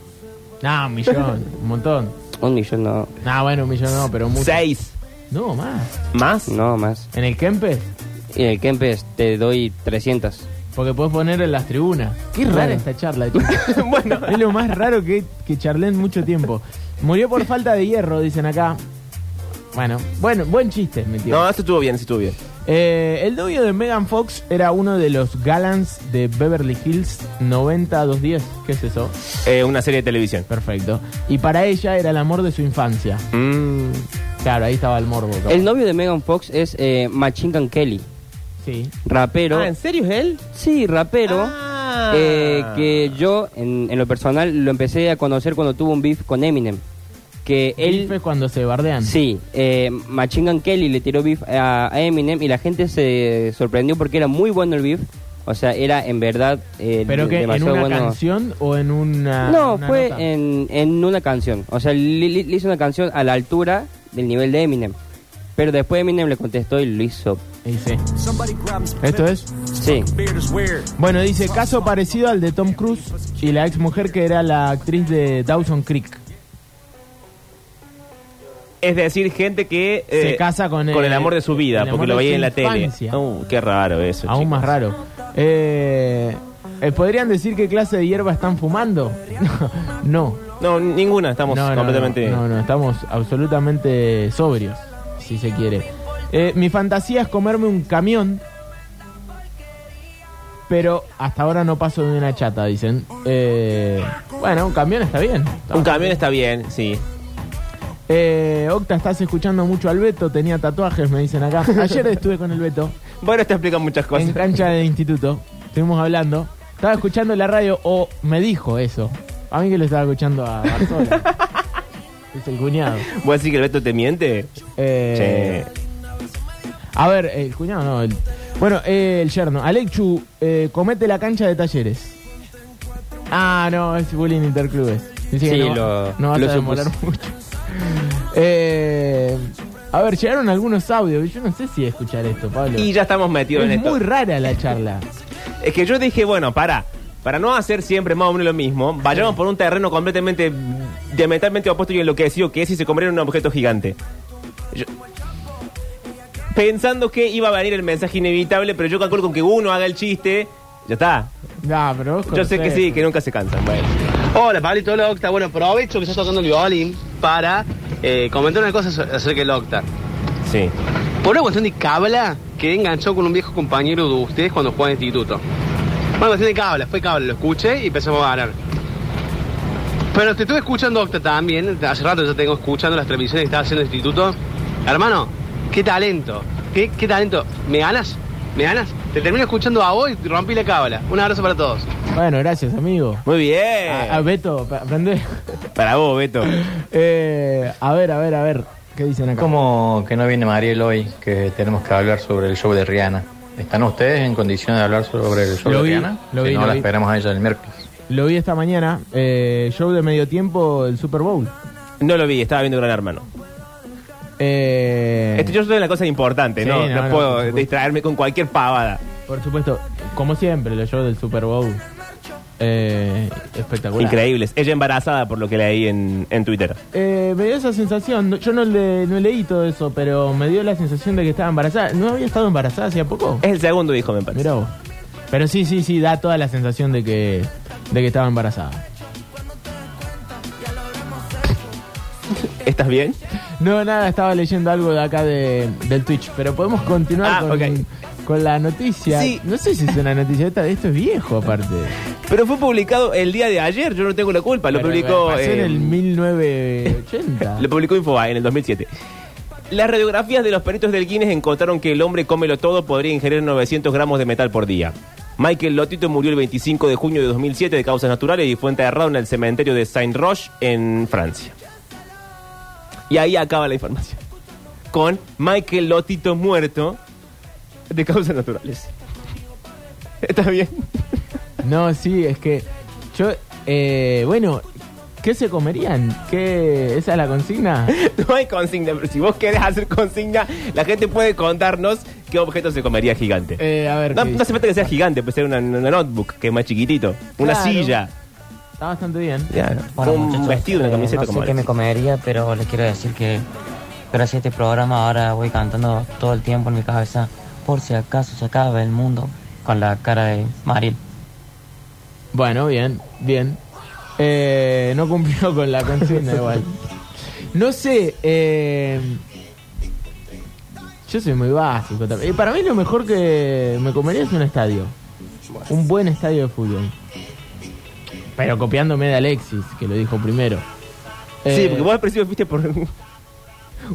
[SPEAKER 1] No, un millón, un montón.
[SPEAKER 6] Un millón no,
[SPEAKER 1] No, bueno, un millón no, pero mucho.
[SPEAKER 2] Seis.
[SPEAKER 1] No, más.
[SPEAKER 2] ¿Más?
[SPEAKER 6] no más.
[SPEAKER 1] ¿En el Kempes?
[SPEAKER 6] Y en el Kempes te doy 300.
[SPEAKER 1] Porque puedes poner en las tribunas. Qué rara
[SPEAKER 6] Claro.
[SPEAKER 1] esta
[SPEAKER 6] [LAUGHS]
[SPEAKER 1] charla, chicos.
[SPEAKER 2] bueno,
[SPEAKER 1] Es lo más raro que, que charlé en mucho tiempo. Murió por falta de hierro, dicen acá. Bueno, bueno, buen chiste, me entiendes.
[SPEAKER 2] no, eso estuvo bien, eso estuvo bien.
[SPEAKER 1] Eh, el novio de Megan Fox era uno de los galans de Beverly Hills 90210. ¿Qué es eso?
[SPEAKER 2] Eh, una serie de televisión.
[SPEAKER 1] Perfecto. Y para ella era el amor de su infancia.
[SPEAKER 2] Mm,
[SPEAKER 1] Claro, ahí estaba el morbo. capaz.
[SPEAKER 6] El novio de Megan Fox es eh, Machine Gun Kelly,
[SPEAKER 1] Sí.
[SPEAKER 6] rapero.
[SPEAKER 2] Ah, ¿en serio es él?
[SPEAKER 6] Sí, rapero.
[SPEAKER 2] Ah.
[SPEAKER 6] eh, que yo, en, en lo personal, lo empecé a conocer cuando tuvo un beef con Eminem. Que
[SPEAKER 1] Él
[SPEAKER 6] él.
[SPEAKER 1] cuando se bardean.
[SPEAKER 6] Sí, eh, Machine Gun Kelly le tiró beef a, a Eminem y la gente se sorprendió porque era muy bueno el beef. O sea, era en verdad. eh,
[SPEAKER 1] Pero que en
[SPEAKER 6] demasiado
[SPEAKER 1] una
[SPEAKER 6] bueno.
[SPEAKER 1] canción o en una.
[SPEAKER 6] No,
[SPEAKER 1] una
[SPEAKER 6] fue
[SPEAKER 1] nota?
[SPEAKER 6] en, en una canción. O sea, le, le- le hizo una canción a la altura del nivel de Eminem. Pero después Eminem le contestó y lo hizo.
[SPEAKER 1] Y sí. Esto es.
[SPEAKER 6] Sí.
[SPEAKER 1] Bueno, dice caso parecido al de Tom Cruise y la ex mujer que era la actriz de Dawson Creek.
[SPEAKER 2] Es decir, gente que...
[SPEAKER 1] Se casa con,
[SPEAKER 2] Con
[SPEAKER 1] eh,
[SPEAKER 2] el amor de su vida,
[SPEAKER 1] el amor
[SPEAKER 2] porque lo
[SPEAKER 1] de
[SPEAKER 2] veía
[SPEAKER 1] su
[SPEAKER 2] en la tele.
[SPEAKER 1] infancia.
[SPEAKER 2] Uh, qué raro eso,
[SPEAKER 1] Aún
[SPEAKER 2] chicos.
[SPEAKER 1] más raro. Eh, eh, ¿Podrían decir qué clase de hierba están fumando? [LAUGHS] no.
[SPEAKER 2] No, ninguna, estamos
[SPEAKER 1] no, no,
[SPEAKER 2] completamente...
[SPEAKER 1] No, no, no, estamos absolutamente sobrios, si se quiere. Eh, mi fantasía es comerme un camión, pero hasta ahora no paso de una chata, dicen. Eh, bueno, un camión está bien. Está
[SPEAKER 2] Un camión está bien, sí.
[SPEAKER 1] Eh, Octa, estás escuchando mucho al Beto, tenía tatuajes, me dicen
[SPEAKER 2] [LAUGHS]
[SPEAKER 1] acá. Ayer estuve con el Beto
[SPEAKER 2] Bueno, te explican muchas
[SPEAKER 1] en
[SPEAKER 2] cosas.
[SPEAKER 1] cancha del instituto, estuvimos hablando. Estaba
[SPEAKER 2] [LAUGHS]
[SPEAKER 1] escuchando la radio o me dijo eso. A mí que lo estaba escuchando a Barzola. Es el cuñado.
[SPEAKER 2] ¿Vos decís que el Beto te miente?
[SPEAKER 1] Eh, A ver, el cuñado no. el- bueno, eh, el yerno. Alexu, eh, comete la cancha de talleres. Ah, no, es bullying interclubes. Dice que
[SPEAKER 6] Sí,
[SPEAKER 1] no,
[SPEAKER 6] lo-
[SPEAKER 1] no vas
[SPEAKER 6] lo
[SPEAKER 1] a
[SPEAKER 6] supuse.
[SPEAKER 1] demorar mucho. [LAUGHS] Eh, a ver, llegaron algunos audios. Yo no sé si escuchar esto, Pablo.
[SPEAKER 2] Y ya estamos metidos en
[SPEAKER 1] es
[SPEAKER 2] esto.
[SPEAKER 1] muy rara la charla.
[SPEAKER 2] Es que yo dije, bueno, para, para no hacer siempre más o menos lo mismo, vayamos por un terreno completamente diametralmente opuesto y enloquecido que es si se comiera un objeto gigante. Yo- pensando que iba a venir el mensaje inevitable, pero yo calculo con que uno haga el chiste, ya está.
[SPEAKER 1] No, pero vos
[SPEAKER 2] Yo sé que
[SPEAKER 1] conocés.
[SPEAKER 2] sí, que nunca se cansan. Bueno.
[SPEAKER 7] Hola, Pablito, hola, Octa. Bueno, aprovecho que estás tocando el violín para eh, comentar una cosa so- acerca del Octa.
[SPEAKER 2] Sí.
[SPEAKER 7] Por una cuestión de cabla, quedé enganchado con un viejo compañero de ustedes cuando jugaba en el instituto. Una cuestión de cabla, fue cabla, lo escuché y empezamos a ganar. Pero te estuve escuchando, Octa, también. Hace rato yo tengo escuchando las transmisiones que estaba haciendo el instituto. Hermano, qué talento. Qué, qué talento. ¿Me ganas? ¿Me ganas? Te termino escuchando a vos y rompí la cabla. Un abrazo para todos.
[SPEAKER 1] Bueno, gracias, amigo.
[SPEAKER 2] Muy bien.
[SPEAKER 1] A, a Beto, pa- aprende. [LAUGHS]
[SPEAKER 2] Para vos, Beto.
[SPEAKER 1] Eh, a ver, a ver, a ver. ¿Qué dicen acá?
[SPEAKER 8] Como que no viene Mariel hoy, que tenemos que hablar sobre el show de Rihanna. ¿Están ustedes en condiciones de hablar sobre el show
[SPEAKER 1] Lo
[SPEAKER 8] de
[SPEAKER 1] vi,
[SPEAKER 8] Rihanna?
[SPEAKER 1] lo
[SPEAKER 8] si
[SPEAKER 1] vi,
[SPEAKER 8] no,
[SPEAKER 1] lo
[SPEAKER 8] la
[SPEAKER 1] vi.
[SPEAKER 8] esperamos a ella el miércoles.
[SPEAKER 1] Lo vi esta mañana, eh, show de medio tiempo del Super Bowl.
[SPEAKER 2] No lo vi, estaba viendo Gran Hermano.
[SPEAKER 1] Eh,
[SPEAKER 2] Este, yo soy la cosa importante,
[SPEAKER 1] Sí, no,
[SPEAKER 2] ¿no? No,
[SPEAKER 1] no, por
[SPEAKER 2] puedo
[SPEAKER 1] supuesto.
[SPEAKER 2] distraerme con cualquier pavada.
[SPEAKER 1] Por supuesto, como siempre, los shows del Super Bowl. Eh, espectacular.
[SPEAKER 2] Increíbles. Ella embarazada por lo que leí en, en Twitter.
[SPEAKER 1] Eh, me dio esa sensación, no- yo no, le, no leí todo eso, pero me dio la sensación de que estaba embarazada. ¿No había estado embarazada hacía poco?
[SPEAKER 2] Es el segundo hijo, me parece.
[SPEAKER 1] Mirá vos. Pero sí, sí, sí, da toda la sensación de que, de que estaba embarazada.
[SPEAKER 2] ¿Estás bien?
[SPEAKER 1] No, nada, estaba leyendo algo de acá de, del Twitch, pero podemos continuar
[SPEAKER 2] Ah,
[SPEAKER 1] con,
[SPEAKER 2] ok.
[SPEAKER 1] con la noticia.
[SPEAKER 2] Sí.
[SPEAKER 1] No sé si es una noticia, esta- esto es viejo aparte.
[SPEAKER 2] Pero fue publicado el día de ayer, yo no tengo la culpa. Lo
[SPEAKER 1] Pero
[SPEAKER 2] publicó.
[SPEAKER 1] pasó en
[SPEAKER 2] eh,
[SPEAKER 1] el 1980.
[SPEAKER 2] [LAUGHS] Lo publicó Infobae en el 2007. Las radiografías de los peritos del Guinness encontraron que el hombre cómelo todo podría ingerir 900 gramos de metal por día. Michael Lotito murió el 25 de junio de 2007 de causas naturales y fue enterrado en el cementerio de Saint-Roch en Francia. Y ahí acaba la información. Con Michael Lotito muerto de causas naturales. [LAUGHS] ¿Está bien?
[SPEAKER 1] No, sí, es que yo, eh, bueno, ¿qué se comerían? ¿Qué, ¿Esa es la consigna?
[SPEAKER 2] No hay consigna, pero si vos querés hacer consigna, la gente puede contarnos qué objeto se comería gigante.
[SPEAKER 1] Eh, a ver,
[SPEAKER 2] No,
[SPEAKER 1] ¿qué
[SPEAKER 2] no
[SPEAKER 1] dice?
[SPEAKER 2] hace falta que sea gigante, puede ser una, una notebook, que es más chiquitito. Una
[SPEAKER 1] Claro.
[SPEAKER 2] silla.
[SPEAKER 1] está bastante bien.
[SPEAKER 2] Ya,
[SPEAKER 9] Bueno,
[SPEAKER 2] un
[SPEAKER 9] muchachos,
[SPEAKER 2] vestido, una
[SPEAKER 9] eh,
[SPEAKER 2] camiseta
[SPEAKER 9] no sé
[SPEAKER 2] como
[SPEAKER 9] qué me comería, pero les quiero decir que gracias a este programa ahora voy cantando todo el tiempo en mi cabeza por si acaso se acaba el mundo con la cara de Mariel.
[SPEAKER 1] Bueno, bien, bien. Eh, no cumplió con la consigna igual. No sé, eh, yo soy muy básico. también. Y para mí lo mejor que me comería es un estadio. Un buen estadio de fútbol. Pero copiándome de Alexis, que lo dijo primero.
[SPEAKER 2] Sí,
[SPEAKER 1] Eh,
[SPEAKER 2] porque vos al principio fuiste
[SPEAKER 1] [LAUGHS]
[SPEAKER 2] por un-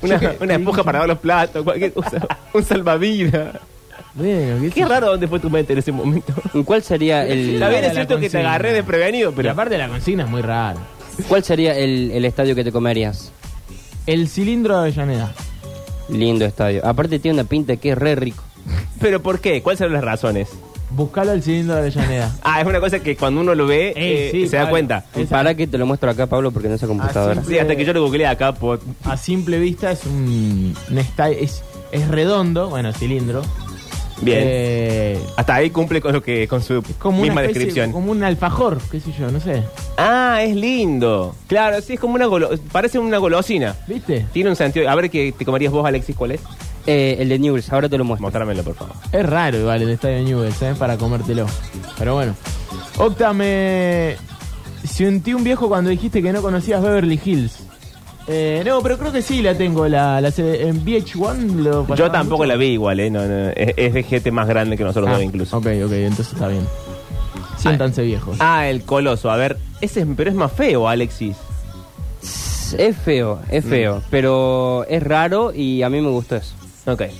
[SPEAKER 2] una,
[SPEAKER 1] Sí,
[SPEAKER 2] una
[SPEAKER 1] sí,
[SPEAKER 2] esponja
[SPEAKER 1] sí.
[SPEAKER 2] para lavar los platos,
[SPEAKER 1] [LAUGHS]
[SPEAKER 2] cualquier cosa, un salvavidas.
[SPEAKER 1] Bueno, qué sé
[SPEAKER 2] Qué
[SPEAKER 1] yo.
[SPEAKER 2] raro dónde fue tu mente en ese momento.
[SPEAKER 6] ¿Y ¿Cuál sería el,
[SPEAKER 2] Está bien,
[SPEAKER 1] la
[SPEAKER 2] es cierto que te
[SPEAKER 1] consigna.
[SPEAKER 2] agarré desprevenido,
[SPEAKER 1] Pero
[SPEAKER 2] pero
[SPEAKER 1] aparte la consigna es muy rara.
[SPEAKER 6] cuál sería el, el estadio que te comerías?
[SPEAKER 1] El cilindro de Avellaneda.
[SPEAKER 6] Lindo estadio. Aparte tiene una pinta que es re rico.
[SPEAKER 2] ¿pero por qué? ¿Cuáles son las razones?
[SPEAKER 1] Buscalo al cilindro de Avellaneda.
[SPEAKER 2] Ah, es una cosa que cuando uno lo ve
[SPEAKER 1] Ey,
[SPEAKER 2] eh,
[SPEAKER 1] sí,
[SPEAKER 2] se da
[SPEAKER 1] vale.
[SPEAKER 2] cuenta.
[SPEAKER 1] Esa-
[SPEAKER 6] Para que te lo muestro acá, Pablo, porque no sé computadora.
[SPEAKER 1] Así.
[SPEAKER 2] Sí, hasta que yo lo googleé acá por...
[SPEAKER 1] A simple vista es un, un esta- es, es redondo, bueno, cilindro.
[SPEAKER 2] Bien.
[SPEAKER 1] Eh,
[SPEAKER 2] Hasta ahí cumple con lo que con su
[SPEAKER 1] es como una
[SPEAKER 2] misma
[SPEAKER 1] especie-
[SPEAKER 2] descripción.
[SPEAKER 1] como un alfajor, qué sé yo, no sé.
[SPEAKER 2] Ah, es lindo. Claro, sí, es como una golo- parece una golosina.
[SPEAKER 1] ¿Viste?
[SPEAKER 2] Tiene un sentido. A ver que te comerías vos, Alexis, ¿cuál es?
[SPEAKER 6] Eh, el de News, ahora te lo
[SPEAKER 1] Pues
[SPEAKER 6] muestro.
[SPEAKER 2] Mostrámelo, por favor.
[SPEAKER 1] Es raro igual el estadio Newell's, ¿eh? Para comértelo. Pero bueno. Octa, me sentí un viejo cuando dijiste que no conocías Beverly Hills. Eh, no, pero creo que sí la tengo, la, la se- en VH1 lo
[SPEAKER 2] Yo
[SPEAKER 1] pasaban
[SPEAKER 2] tampoco
[SPEAKER 1] mucho.
[SPEAKER 2] la vi igual, ¿eh? No, no, es, es de gente más grande que nosotros
[SPEAKER 1] Ah,
[SPEAKER 2] dos incluso.
[SPEAKER 1] Ok, ok, entonces está bien. Siéntanse viejos.
[SPEAKER 2] Ah, el coloso. A ver, ese es, pero es más feo, Alexis.
[SPEAKER 6] Es feo, es feo, pero es raro y a mí me gustó eso.
[SPEAKER 2] Ok. Vale.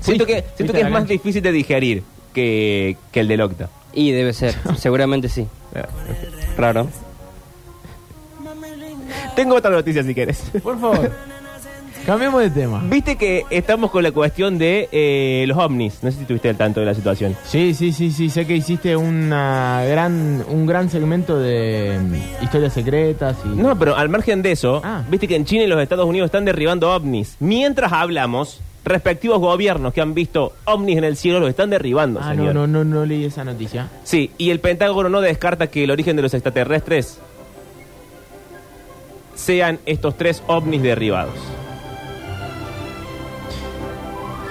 [SPEAKER 2] Siento que,
[SPEAKER 1] Fuiste-
[SPEAKER 2] siento
[SPEAKER 1] fuiste
[SPEAKER 2] que
[SPEAKER 1] a la
[SPEAKER 2] es más
[SPEAKER 1] cancha.
[SPEAKER 2] difícil de digerir que, que el del Octa.
[SPEAKER 6] Y debe ser, seguramente sí.
[SPEAKER 2] Ah, ok.
[SPEAKER 6] Raro.
[SPEAKER 2] Tengo otra noticia si quieres.
[SPEAKER 1] Por favor. Cambiemos de tema.
[SPEAKER 2] [LAUGHS] Viste que estamos con la cuestión de eh, los ovnis. No sé si estuviste al tanto de la situación.
[SPEAKER 1] Sí, sí, sí, sí. Sé que hiciste una gran, un gran segmento de mm, historias secretas y.
[SPEAKER 2] No, pero al margen de eso,
[SPEAKER 1] Ah.
[SPEAKER 2] viste que en China y los Estados Unidos están derribando ovnis. Mientras hablamos, respectivos gobiernos que han visto ovnis en el cielo los están derribando,
[SPEAKER 1] Ah, no,
[SPEAKER 2] señor.
[SPEAKER 1] no, no, no leí esa noticia.
[SPEAKER 2] Sí, y el Pentágono no descarta que el origen de los extraterrestres sean estos tres ovnis derribados.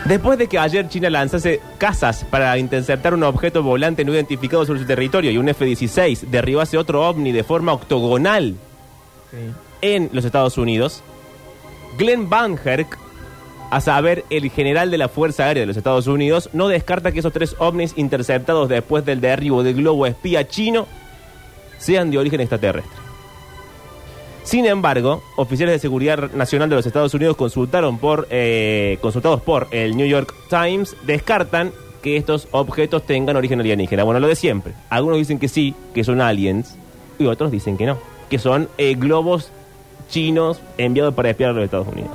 [SPEAKER 2] Después de que ayer China lanzase casas para interceptar un objeto volante no identificado sobre su territorio y un F-16 derribase otro ovni de forma octogonal
[SPEAKER 1] Sí.
[SPEAKER 2] en los Estados Unidos, Glenn Bangerk, a saber, el general de la Fuerza Aérea de los Estados Unidos, no descarta que esos tres ovnis interceptados después del derribo del globo espía chino sean de origen extraterrestre. Sin embargo, oficiales de seguridad nacional de los Estados Unidos consultaron por, eh, consultados por el New York Times descartan que estos objetos tengan origen alienígena. Bueno, lo de siempre. Algunos dicen que sí, que son aliens, y otros dicen que no, que son eh, globos chinos enviados para espiar a los Estados Unidos.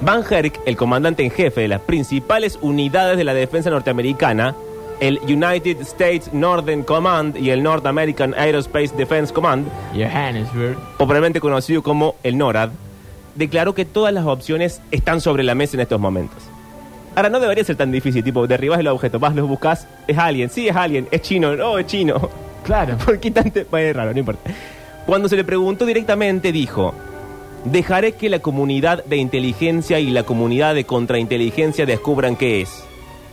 [SPEAKER 2] Van Herk, el comandante en jefe de las principales unidades de la defensa norteamericana, el United States Northern Command y el North American Aerospace Defense Command,
[SPEAKER 1] Johannesburg.
[SPEAKER 2] popularmente conocido como el NORAD, declaró que todas las opciones están sobre la mesa en estos momentos. Ahora, no debería ser tan difícil, tipo, derribas el objeto, vas, los buscas, es alguien, sí es alguien, es chino, no es chino.
[SPEAKER 1] Claro.
[SPEAKER 2] Porque tanto [LAUGHS] bueno, es raro, no importa. Cuando se le preguntó directamente, dijo: Dejaré que la comunidad de inteligencia y la comunidad de contrainteligencia descubran qué es.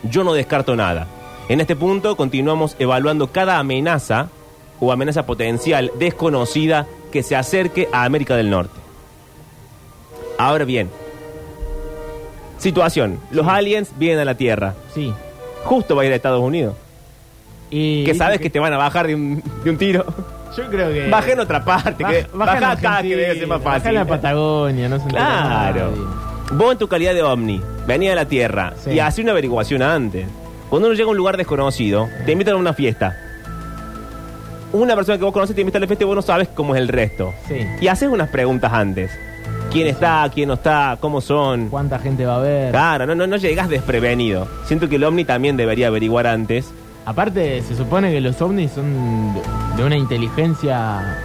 [SPEAKER 2] Yo no descarto nada. En este punto continuamos evaluando cada amenaza o amenaza potencial desconocida que se acerque a América del Norte. Ahora bien, situación: los aliens vienen a la Tierra.
[SPEAKER 1] Sí.
[SPEAKER 2] Justo va a ir a Estados Unidos.
[SPEAKER 1] Y
[SPEAKER 2] Que sabes que te van a bajar de un, de un tiro.
[SPEAKER 1] Yo creo que.
[SPEAKER 2] Bajé en otra parte.
[SPEAKER 1] Eh, Baj-
[SPEAKER 2] que-
[SPEAKER 1] baja en
[SPEAKER 2] bajá acá, que
[SPEAKER 1] Argentina,
[SPEAKER 2] debe ser más
[SPEAKER 1] baja
[SPEAKER 2] fácil.
[SPEAKER 1] en la Patagonia, no se entera
[SPEAKER 2] Claro.
[SPEAKER 1] nadie.
[SPEAKER 2] Vos en tu calidad de ovni, venía a la Tierra
[SPEAKER 1] Sí.
[SPEAKER 2] y hacía una averiguación antes. Cuando uno llega a un lugar desconocido, te invitan a una fiesta. Una persona que vos conoces te invita a la fiesta y vos no sabes cómo es el resto.
[SPEAKER 1] Sí.
[SPEAKER 2] Y haces unas preguntas antes. ¿Quién está? ¿Quién no está? ¿Cómo son?
[SPEAKER 1] ¿Cuánta gente va a ver?
[SPEAKER 2] Claro, no, no, no llegás desprevenido. Siento que el ovni también debería averiguar antes.
[SPEAKER 1] Aparte, se supone que los ovnis son de- de una inteligencia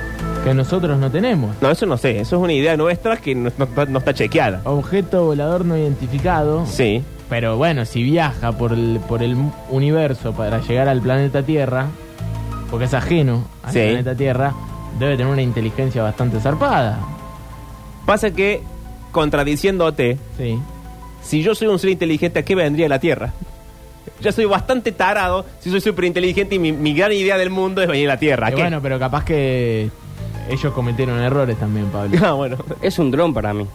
[SPEAKER 1] que nosotros no tenemos.
[SPEAKER 2] No, eso no sé. Eso es una idea nuestra que no, no- no está chequeada.
[SPEAKER 1] Objeto volador no identificado.
[SPEAKER 2] Sí.
[SPEAKER 1] Pero bueno, si viaja por el, por el universo para llegar al planeta Tierra, porque es ajeno al
[SPEAKER 2] Sí.
[SPEAKER 1] planeta Tierra, debe tener una inteligencia bastante zarpada.
[SPEAKER 2] Pasa que, contradiciéndote,
[SPEAKER 1] Sí.
[SPEAKER 2] si yo soy un ser inteligente, ¿a qué vendría la Tierra? Yo soy bastante tarado si soy súper inteligente y mi, mi gran idea del mundo es venir a la Tierra. ¿A
[SPEAKER 1] Y
[SPEAKER 2] qué?
[SPEAKER 1] bueno, pero capaz que ellos cometieron errores también,
[SPEAKER 2] [LAUGHS]
[SPEAKER 1] Pablo.
[SPEAKER 2] [LAUGHS] Ah, bueno.
[SPEAKER 6] Es un dron para mí.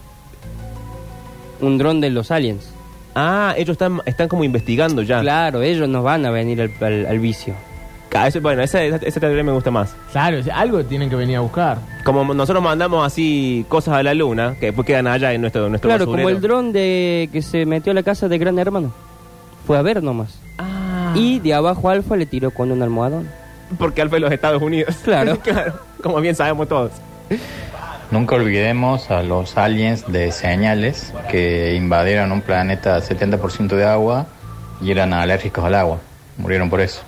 [SPEAKER 6] Un dron de los aliens.
[SPEAKER 2] Ah, ellos están, están como investigando ya.
[SPEAKER 6] Claro, ellos nos van a venir al, al- al vicio.
[SPEAKER 2] Ca- eso- Ah, bueno, esa, esa, esa teoría me gusta más.
[SPEAKER 1] Claro, o sea, algo tienen que venir a buscar.
[SPEAKER 2] Como nosotros mandamos así cosas a la Luna, que después quedan allá en nuestro, nuestro
[SPEAKER 6] Claro, como
[SPEAKER 2] basurero.
[SPEAKER 6] el dron de que se metió a la casa de Gran Hermano. Fue a ver nomás. Y de abajo Alfa le tiró con un almohadón.
[SPEAKER 2] Ah. Porque Alfa es los Estados Unidos.
[SPEAKER 6] [LAUGHS] Claro.
[SPEAKER 2] [LAUGHS] claro. Como bien sabemos todos.
[SPEAKER 8] Nunca olvidemos a los aliens de señales que invadieron un planeta 70% de agua y eran alérgicos al agua. Murieron por eso.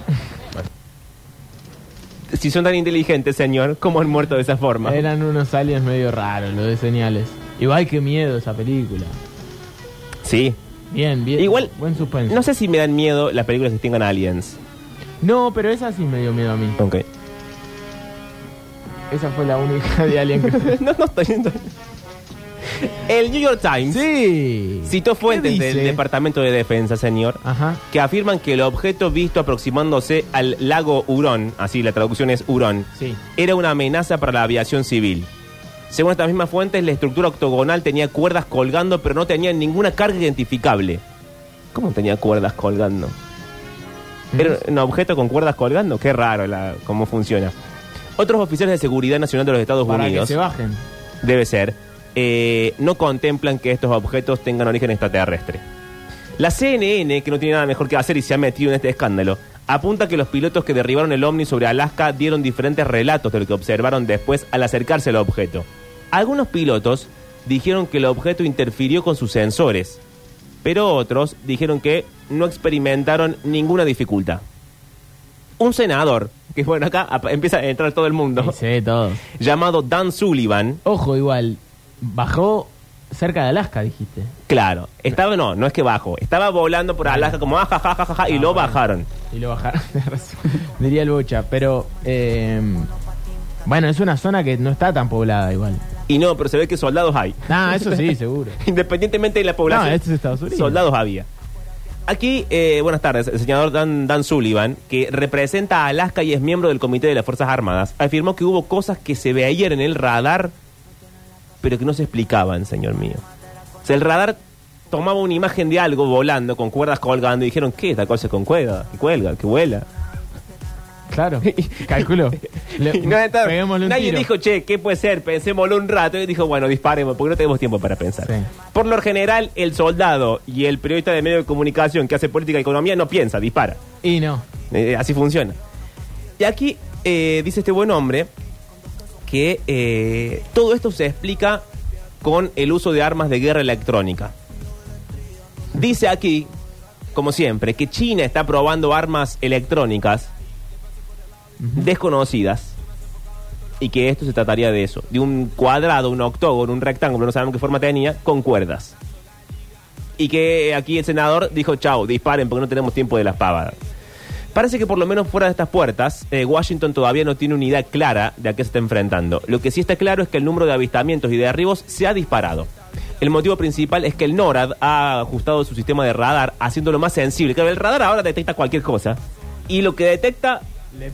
[SPEAKER 2] Si son tan inteligentes, señor, ¿cómo han muerto de esa forma?
[SPEAKER 6] Eh,
[SPEAKER 1] Eran unos aliens medio raros, lo de señales. Igual que miedo esa película.
[SPEAKER 2] Sí.
[SPEAKER 1] Bien, bien.
[SPEAKER 2] Igual,
[SPEAKER 1] Buen suspenso.
[SPEAKER 2] No sé si me dan miedo las películas que tengan aliens.
[SPEAKER 1] No, pero esa sí me dio miedo a mí.
[SPEAKER 2] Ok.
[SPEAKER 1] Esa fue la única de
[SPEAKER 2] [LAUGHS]
[SPEAKER 1] Alien que...
[SPEAKER 2] no, no estoy yendo. El New York Times
[SPEAKER 1] sí.
[SPEAKER 2] citó fuentes
[SPEAKER 1] ¿Qué
[SPEAKER 2] del
[SPEAKER 1] dice?
[SPEAKER 2] Departamento de Defensa, señor,
[SPEAKER 1] Ajá.
[SPEAKER 2] que afirman que el objeto visto aproximándose al lago Hurón, así la traducción es Hurón,
[SPEAKER 1] Sí.
[SPEAKER 2] era una amenaza para la aviación civil. Según estas mismas fuentes, la estructura octogonal tenía cuerdas colgando, pero no tenía ninguna carga identificable. ¿Cómo tenía cuerdas colgando?
[SPEAKER 1] ¿Mm?
[SPEAKER 2] ¿Era un objeto con cuerdas colgando? Qué raro la, cómo funciona. Otros oficiales de seguridad nacional de los Estados
[SPEAKER 1] Para que
[SPEAKER 2] Unidos
[SPEAKER 1] se bajen.
[SPEAKER 2] debe ser, eh, no contemplan que estos objetos tengan origen extraterrestre. La CNN, que no tiene nada mejor que hacer y se ha metido en este escándalo, apunta que los pilotos que derribaron el OVNI sobre Alaska dieron diferentes relatos de lo que observaron después al acercarse al objeto. Algunos pilotos dijeron que el objeto interfirió con sus sensores, pero otros dijeron que no experimentaron ninguna dificultad. Un senador, que bueno, acá ap- empieza a entrar todo el mundo,
[SPEAKER 1] Y se ve todo.
[SPEAKER 2] llamado Dan Sullivan,
[SPEAKER 1] Ojo, igual, bajó cerca de Alaska, dijiste.
[SPEAKER 2] claro, estaba, no, no es que bajo, estaba volando por Alaska como "Ah, ajajajaja
[SPEAKER 1] Ah,
[SPEAKER 2] y lo bajaron.
[SPEAKER 1] Y lo bajaron, tenés razón.
[SPEAKER 2] [LAUGHS]
[SPEAKER 1] diría el Bocha. Pero, eh, bueno, es una zona que no está tan poblada
[SPEAKER 2] [LAUGHS]
[SPEAKER 1] igual.
[SPEAKER 2] Y no, pero se ve que soldados hay. [LAUGHS]
[SPEAKER 1] Ah, eso sí, seguro.
[SPEAKER 2] Independientemente de la población.
[SPEAKER 1] No, este es Estados Unidos.
[SPEAKER 2] Soldados había. Aquí, eh, buenas tardes, el señor Dan, Dan Sullivan, que representa a Alaska y es miembro del Comité de las Fuerzas Armadas, afirmó que hubo cosas que se veían en el radar, pero que no se explicaban, señor mío. O sea, el radar tomaba una imagen de algo volando con cuerdas colgando y dijeron, ¿qué? Esta cosa con cuerda, que cuelga, que vuela.
[SPEAKER 1] Claro,
[SPEAKER 2] [LAUGHS]
[SPEAKER 1] calculo. Le-
[SPEAKER 2] Y no, entonces,
[SPEAKER 1] peguémosle un
[SPEAKER 2] nadie
[SPEAKER 1] tiro.
[SPEAKER 2] dijo, che, ¿qué puede ser? Pensémoslo un rato. Y dijo, bueno, disparemos, porque no tenemos tiempo para pensar.
[SPEAKER 1] Sí.
[SPEAKER 2] Por lo general, el soldado y el periodista de medio de comunicación que hace política y economía no piensa, dispara.
[SPEAKER 1] Y no.
[SPEAKER 2] Eh, así funciona. Y aquí eh, dice este buen hombre que eh, todo esto se explica con el uso de armas de guerra electrónica. Dice aquí, como siempre, que China está probando armas electrónicas desconocidas y que esto se trataría de eso, de un cuadrado, un octógono, un rectángulo, no sabemos qué forma tenía, con cuerdas. Y que aquí el senador dijo, chao, disparen porque no tenemos tiempo de las pavadas. Parece que por lo menos fuera de estas puertas, eh, Washington todavía no tiene una idea clara de a qué se está enfrentando. Lo que sí está claro es que el número de avistamientos y de derribos se ha disparado. El motivo principal es que el NORAD ha ajustado su sistema de radar, haciéndolo más sensible. Claro, el radar ahora detecta cualquier cosa. Y lo que detecta,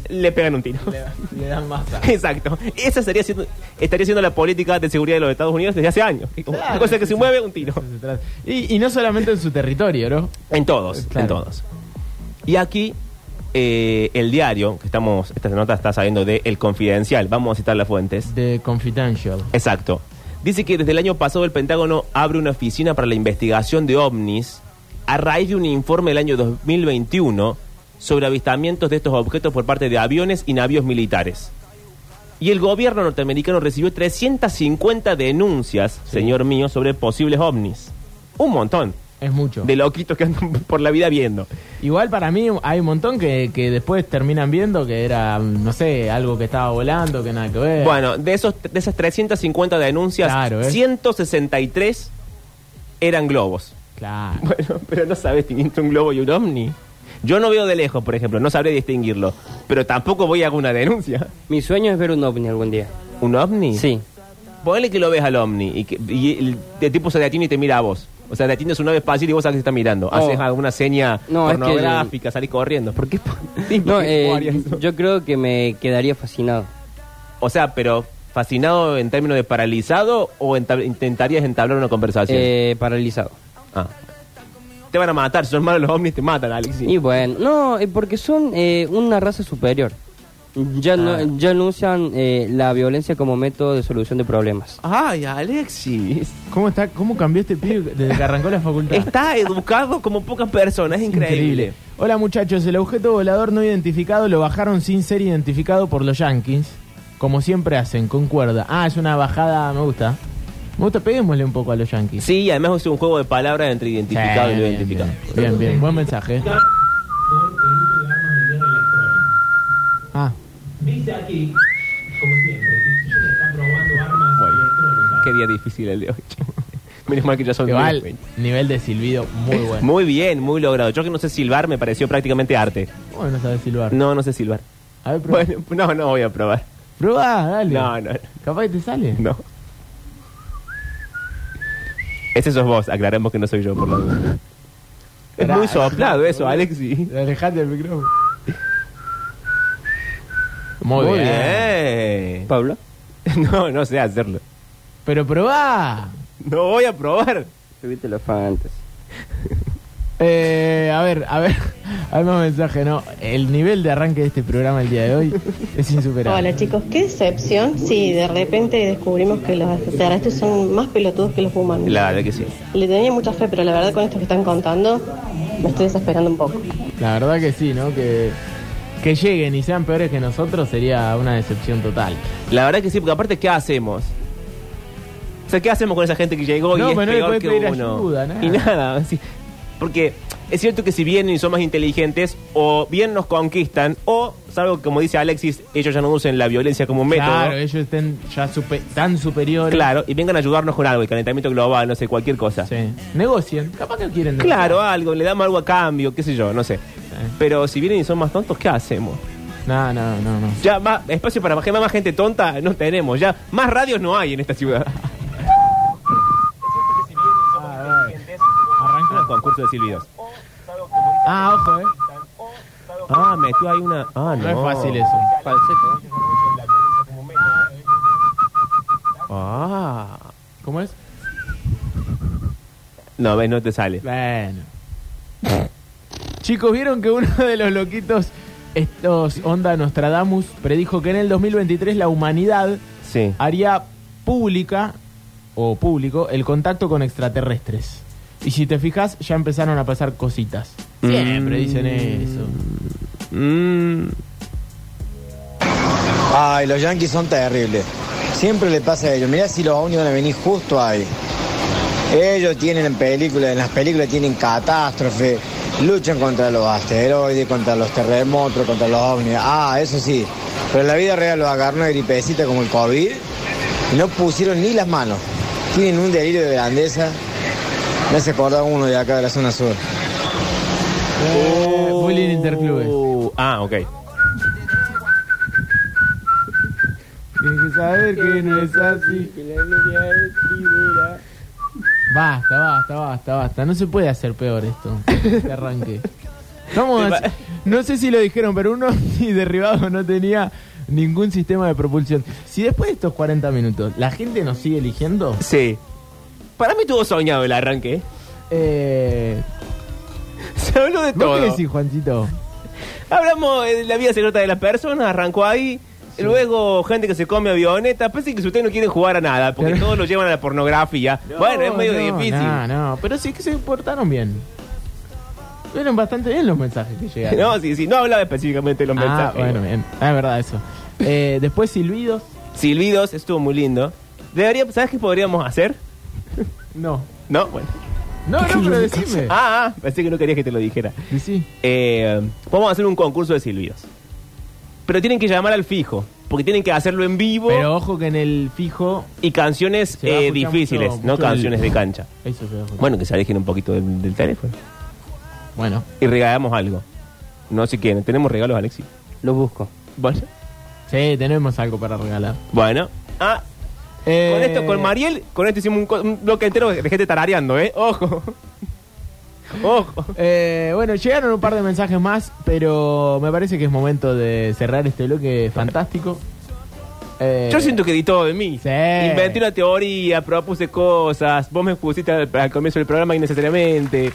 [SPEAKER 2] le, pegan un tiro. [LAUGHS]
[SPEAKER 1] Le dan masa.
[SPEAKER 2] Exacto. Esa sería siendo- estaría siendo la política de seguridad de los Estados Unidos desde hace años. Como
[SPEAKER 1] Claro,
[SPEAKER 2] una cosa que
[SPEAKER 1] sí,
[SPEAKER 2] se
[SPEAKER 1] sí.
[SPEAKER 2] mueve, un tiro.
[SPEAKER 1] Y, y no solamente en su territorio, ¿no?
[SPEAKER 2] En todos,
[SPEAKER 1] Claro.
[SPEAKER 2] en todos. Y aquí, eh, el diario, que estamos, esta nota está saliendo de El Confidencial, vamos a citar las fuentes.
[SPEAKER 1] De Confidential.
[SPEAKER 2] Exacto. Dice que desde el año pasado el Pentágono abre una oficina para la investigación de ovnis a raíz de un informe del año 2021 sobre avistamientos de estos objetos por parte de aviones y navíos militares. Y el gobierno norteamericano recibió 350 denuncias, señor mío, sobre posibles ovnis. Un montón
[SPEAKER 1] Es mucho.
[SPEAKER 2] de loquitos que andan [LAUGHS] por la vida viendo.
[SPEAKER 1] Igual para mí hay un montón que, que después terminan viendo que era, no sé, algo que estaba volando, que nada que
[SPEAKER 6] Eh.
[SPEAKER 1] ver.
[SPEAKER 2] Bueno, de, esos, de esas 350 denuncias,
[SPEAKER 1] Claro, ¿eh?
[SPEAKER 2] 163 eran globos. [LAUGHS]
[SPEAKER 1] Claro.
[SPEAKER 2] Bueno, pero no sabes distinguir un globo y un ovni. Yo no veo de lejos, por ejemplo, no sabré distinguirlo. Pero tampoco voy a hacer una denuncia. [LAUGHS]
[SPEAKER 6] Mi sueño es ver un ovni algún día.
[SPEAKER 2] ¿Un ovni? [LAUGHS]
[SPEAKER 6] Sí.
[SPEAKER 2] Ponle que lo ves al ovni y, que, y el, el tipo se detiene y te mira a vos. O sea, detiene su nave espacial y vos sabes que se está mirando.
[SPEAKER 6] Oh.
[SPEAKER 2] Haces alguna seña
[SPEAKER 6] No, es que-
[SPEAKER 2] pornográfica, salís corriendo. ¿Por [LAUGHS] qué?
[SPEAKER 6] No, eh,
[SPEAKER 2] ¿Cómo harías eso?
[SPEAKER 6] yo creo que me quedaría fascinado.
[SPEAKER 2] O sea, pero fascinado en términos de paralizado o enta- intentarías entablar una conversación.
[SPEAKER 6] Eh, paralizado.
[SPEAKER 2] Ah. Te van a matar, si son malos los ovnis, te matan, Alexis.
[SPEAKER 6] Y bueno, no, eh, porque son eh, una raza superior. Ya, no, ya no usan eh, la violencia como método de solución de problemas.
[SPEAKER 2] Ay, Alexis.
[SPEAKER 1] [LAUGHS] ¿Cómo, está, ¿Cómo cambió este pibe desde que arrancó la facultad?
[SPEAKER 2] Está educado como pocas personas, es increíble.
[SPEAKER 1] Hola muchachos, el objeto volador no identificado lo bajaron sin ser identificado por los Yankees, como siempre hacen, con cuerda. Ah, es una bajada, me gusta. Me gusta, peguémosle un poco a los Yankees.
[SPEAKER 2] Sí, y además es un juego de palabras entre identificado y no
[SPEAKER 1] bien,
[SPEAKER 2] identificado.
[SPEAKER 1] Bien, bien, bien, buen mensaje. Ah,
[SPEAKER 2] Qué día difícil el de hoy. chamo. [LAUGHS] Menos mal que ya son
[SPEAKER 1] igual,
[SPEAKER 2] diez.
[SPEAKER 1] nivel de silbido muy bueno.
[SPEAKER 2] Muy bien, muy logrado. Yo que no sé silbar me pareció prácticamente arte.
[SPEAKER 1] Bueno, no sabes silbar.
[SPEAKER 2] No, no sé silbar.
[SPEAKER 1] A ver, probá.
[SPEAKER 2] Bueno, no, no voy a probar.
[SPEAKER 1] Probá, dale.
[SPEAKER 2] No, no,
[SPEAKER 1] Capaz que te sale.
[SPEAKER 2] [LAUGHS] no. Ese sos vos, aclaremos que no soy yo por la duda. Es muy soplado eso, Alexis.
[SPEAKER 1] Alejate del micrófono. Muy,
[SPEAKER 2] Muy
[SPEAKER 1] bien.
[SPEAKER 2] bien.
[SPEAKER 6] Pablo.
[SPEAKER 2] [LAUGHS] No, no sé hacerlo.
[SPEAKER 1] Pero probá.
[SPEAKER 2] No voy a probar.
[SPEAKER 6] Tuviste los fantes.
[SPEAKER 1] Eh, a ver, a ver, [LAUGHS] hay más mensaje, ¿no? El nivel de arranque de este programa el día de
[SPEAKER 2] [LAUGHS]
[SPEAKER 1] hoy es insuperable.
[SPEAKER 10] Hola chicos, qué excepción si de repente descubrimos que los extraterrestres son más pelotudos que los humanos.
[SPEAKER 2] La verdad que sí.
[SPEAKER 10] Le tenía mucha fe, pero la verdad con esto que están contando me estoy desesperando un poco.
[SPEAKER 1] La verdad que sí, ¿no? Que, que lleguen y sean peores que nosotros sería una decepción total.
[SPEAKER 2] La verdad que sí, porque aparte, ¿qué hacemos? O sea, ¿qué hacemos con esa gente que llegó
[SPEAKER 1] No,
[SPEAKER 2] y es
[SPEAKER 1] pero no le
[SPEAKER 2] peor
[SPEAKER 1] puedes
[SPEAKER 2] que
[SPEAKER 1] pedir
[SPEAKER 2] uno?
[SPEAKER 1] ayuda, nada.
[SPEAKER 2] Y nada, así. porque es cierto que si vienen y son más inteligentes, o bien nos conquistan, o, salvo como dice Alexis, ellos ya no usen la violencia como un método.
[SPEAKER 1] Claro, ellos estén ya supe- tan superiores.
[SPEAKER 2] Claro, y vengan a ayudarnos con algo, el calentamiento global, no sé, cualquier cosa.
[SPEAKER 1] Sí. Negocien. Capaz que quieren. negociar.
[SPEAKER 2] Claro, algo, le damos algo a cambio, qué sé yo, no sé. Pero si vienen y son más tontos, ¿qué hacemos?
[SPEAKER 1] No, no, no, no.
[SPEAKER 2] Ya más espacio para más, gen- más gente tonta no tenemos, ya más radios no hay en esta ciudad. Ah, concurso de silbidos.
[SPEAKER 1] Ah, ojo, eh.
[SPEAKER 2] Ah, metió ahí una. Ah, no.
[SPEAKER 1] No es fácil eso.
[SPEAKER 2] Ah.
[SPEAKER 1] ¿Cómo es?
[SPEAKER 2] No, ves, no te sale.
[SPEAKER 1] Bueno. Chicos, ¿vieron que uno de los loquitos, estos Onda Nostradamus, predijo que en el 2023 la humanidad
[SPEAKER 2] Sí.
[SPEAKER 1] haría pública o público el contacto con extraterrestres? Y si te fijas, ya empezaron a pasar cositas. Siempre dicen eso.
[SPEAKER 2] Mm.
[SPEAKER 11] Ay, los yankees son terribles. Siempre le pasa a ellos. Mirá si los ovnis van a venir justo ahí. Ellos tienen en películas, en las películas tienen catástrofe, luchan contra los asteroides, contra los terremotos, contra los ovnis. Ah, eso sí. Pero en la vida real los agarraron de gripecita como el COVID y no pusieron ni las manos. Tienen un delirio de grandeza. Me hace acordar uno de acá de la zona sur.
[SPEAKER 1] Eh, bullying interclubes.
[SPEAKER 2] Uh, Oh. ah, ok.
[SPEAKER 1] Tienes que saber que no es así. Basta, basta, basta, basta. No se puede hacer peor esto. Este arranque. Estamos
[SPEAKER 2] Te
[SPEAKER 1] así- No sé si lo dijeron, pero uno [LAUGHS] ni derribado no tenía ningún sistema de propulsión. Si después de estos 40 minutos la gente nos sigue eligiendo,
[SPEAKER 2] Sí. Para mí tuvo soñado el arranque. ¿eh?
[SPEAKER 1] eh.
[SPEAKER 2] [LAUGHS] Se habló de
[SPEAKER 1] ¿vos
[SPEAKER 2] todo.
[SPEAKER 1] qué decís, Juancito?
[SPEAKER 2] Hablamos eh, de la vida secreta de las personas, arrancó ahí. Luego, gente que se come avioneta. Parece que si ustedes no quieren jugar a nada, porque
[SPEAKER 1] Pero-
[SPEAKER 2] todos lo llevan a la pornografía. bueno, es medio
[SPEAKER 1] No, no,
[SPEAKER 2] difícil.
[SPEAKER 1] No, no, pero sí que se portaron bien. Fueron bastante bien los mensajes que llegaron.
[SPEAKER 2] No, sí, sí, no hablaba específicamente de los
[SPEAKER 1] Ah,
[SPEAKER 2] mensajes.
[SPEAKER 1] bueno, bien. Ah, es verdad eso. Eh, después silbidos.
[SPEAKER 2] Silbidos, estuvo muy lindo. Debería, ¿Sabes qué podríamos hacer?
[SPEAKER 1] No.
[SPEAKER 2] No, bueno.
[SPEAKER 1] No, no, pero decime.
[SPEAKER 2] Ah, ah, pensé que no querías que te lo dijera.
[SPEAKER 1] Decí.
[SPEAKER 2] Eh, vamos a hacer un concurso de silbidos. Pero tienen que llamar al fijo, porque tienen que hacerlo en vivo
[SPEAKER 1] Pero ojo que en el fijo.
[SPEAKER 2] y canciones
[SPEAKER 1] Se va a
[SPEAKER 2] eh,
[SPEAKER 1] escuchar
[SPEAKER 2] difíciles,
[SPEAKER 1] mucho-
[SPEAKER 2] no
[SPEAKER 1] mucho
[SPEAKER 2] canciones
[SPEAKER 1] el-
[SPEAKER 2] de cancha.
[SPEAKER 1] Eso se va a escuchar.
[SPEAKER 2] Bueno, que se alejen un poquito del, del teléfono.
[SPEAKER 1] Bueno.
[SPEAKER 2] Y regalamos algo. No sé quién. ¿Tenemos regalos, Alexis?
[SPEAKER 6] Lo busco.
[SPEAKER 2] Bueno.
[SPEAKER 1] Sí, tenemos algo para regalar.
[SPEAKER 2] Bueno. Ah,
[SPEAKER 1] Eh,
[SPEAKER 2] con esto, con Mariel, con esto hicimos un, co- un bloque entero de gente tarareando, ¿eh? Ojo. [LAUGHS] Ojo.
[SPEAKER 1] eh, bueno, llegaron un par de mensajes más, pero me parece que es momento de cerrar este bloque fantástico. Eh,
[SPEAKER 2] Yo siento que di todo de mí.
[SPEAKER 1] Sí.
[SPEAKER 2] Inventé una teoría, propuse cosas. Vos me pusiste al, al comienzo del programa innecesariamente.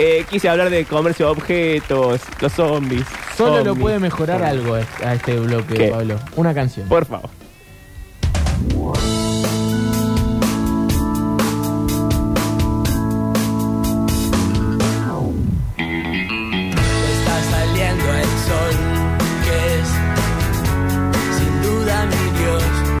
[SPEAKER 2] Eh, quise hablar de comercio de objetos, los zombies.
[SPEAKER 1] Solo lo
[SPEAKER 2] Zombies.
[SPEAKER 1] puede mejorar algo es- a este bloque,
[SPEAKER 2] Oh, ¿Qué?
[SPEAKER 1] Pablo. Una canción.
[SPEAKER 2] Por favor.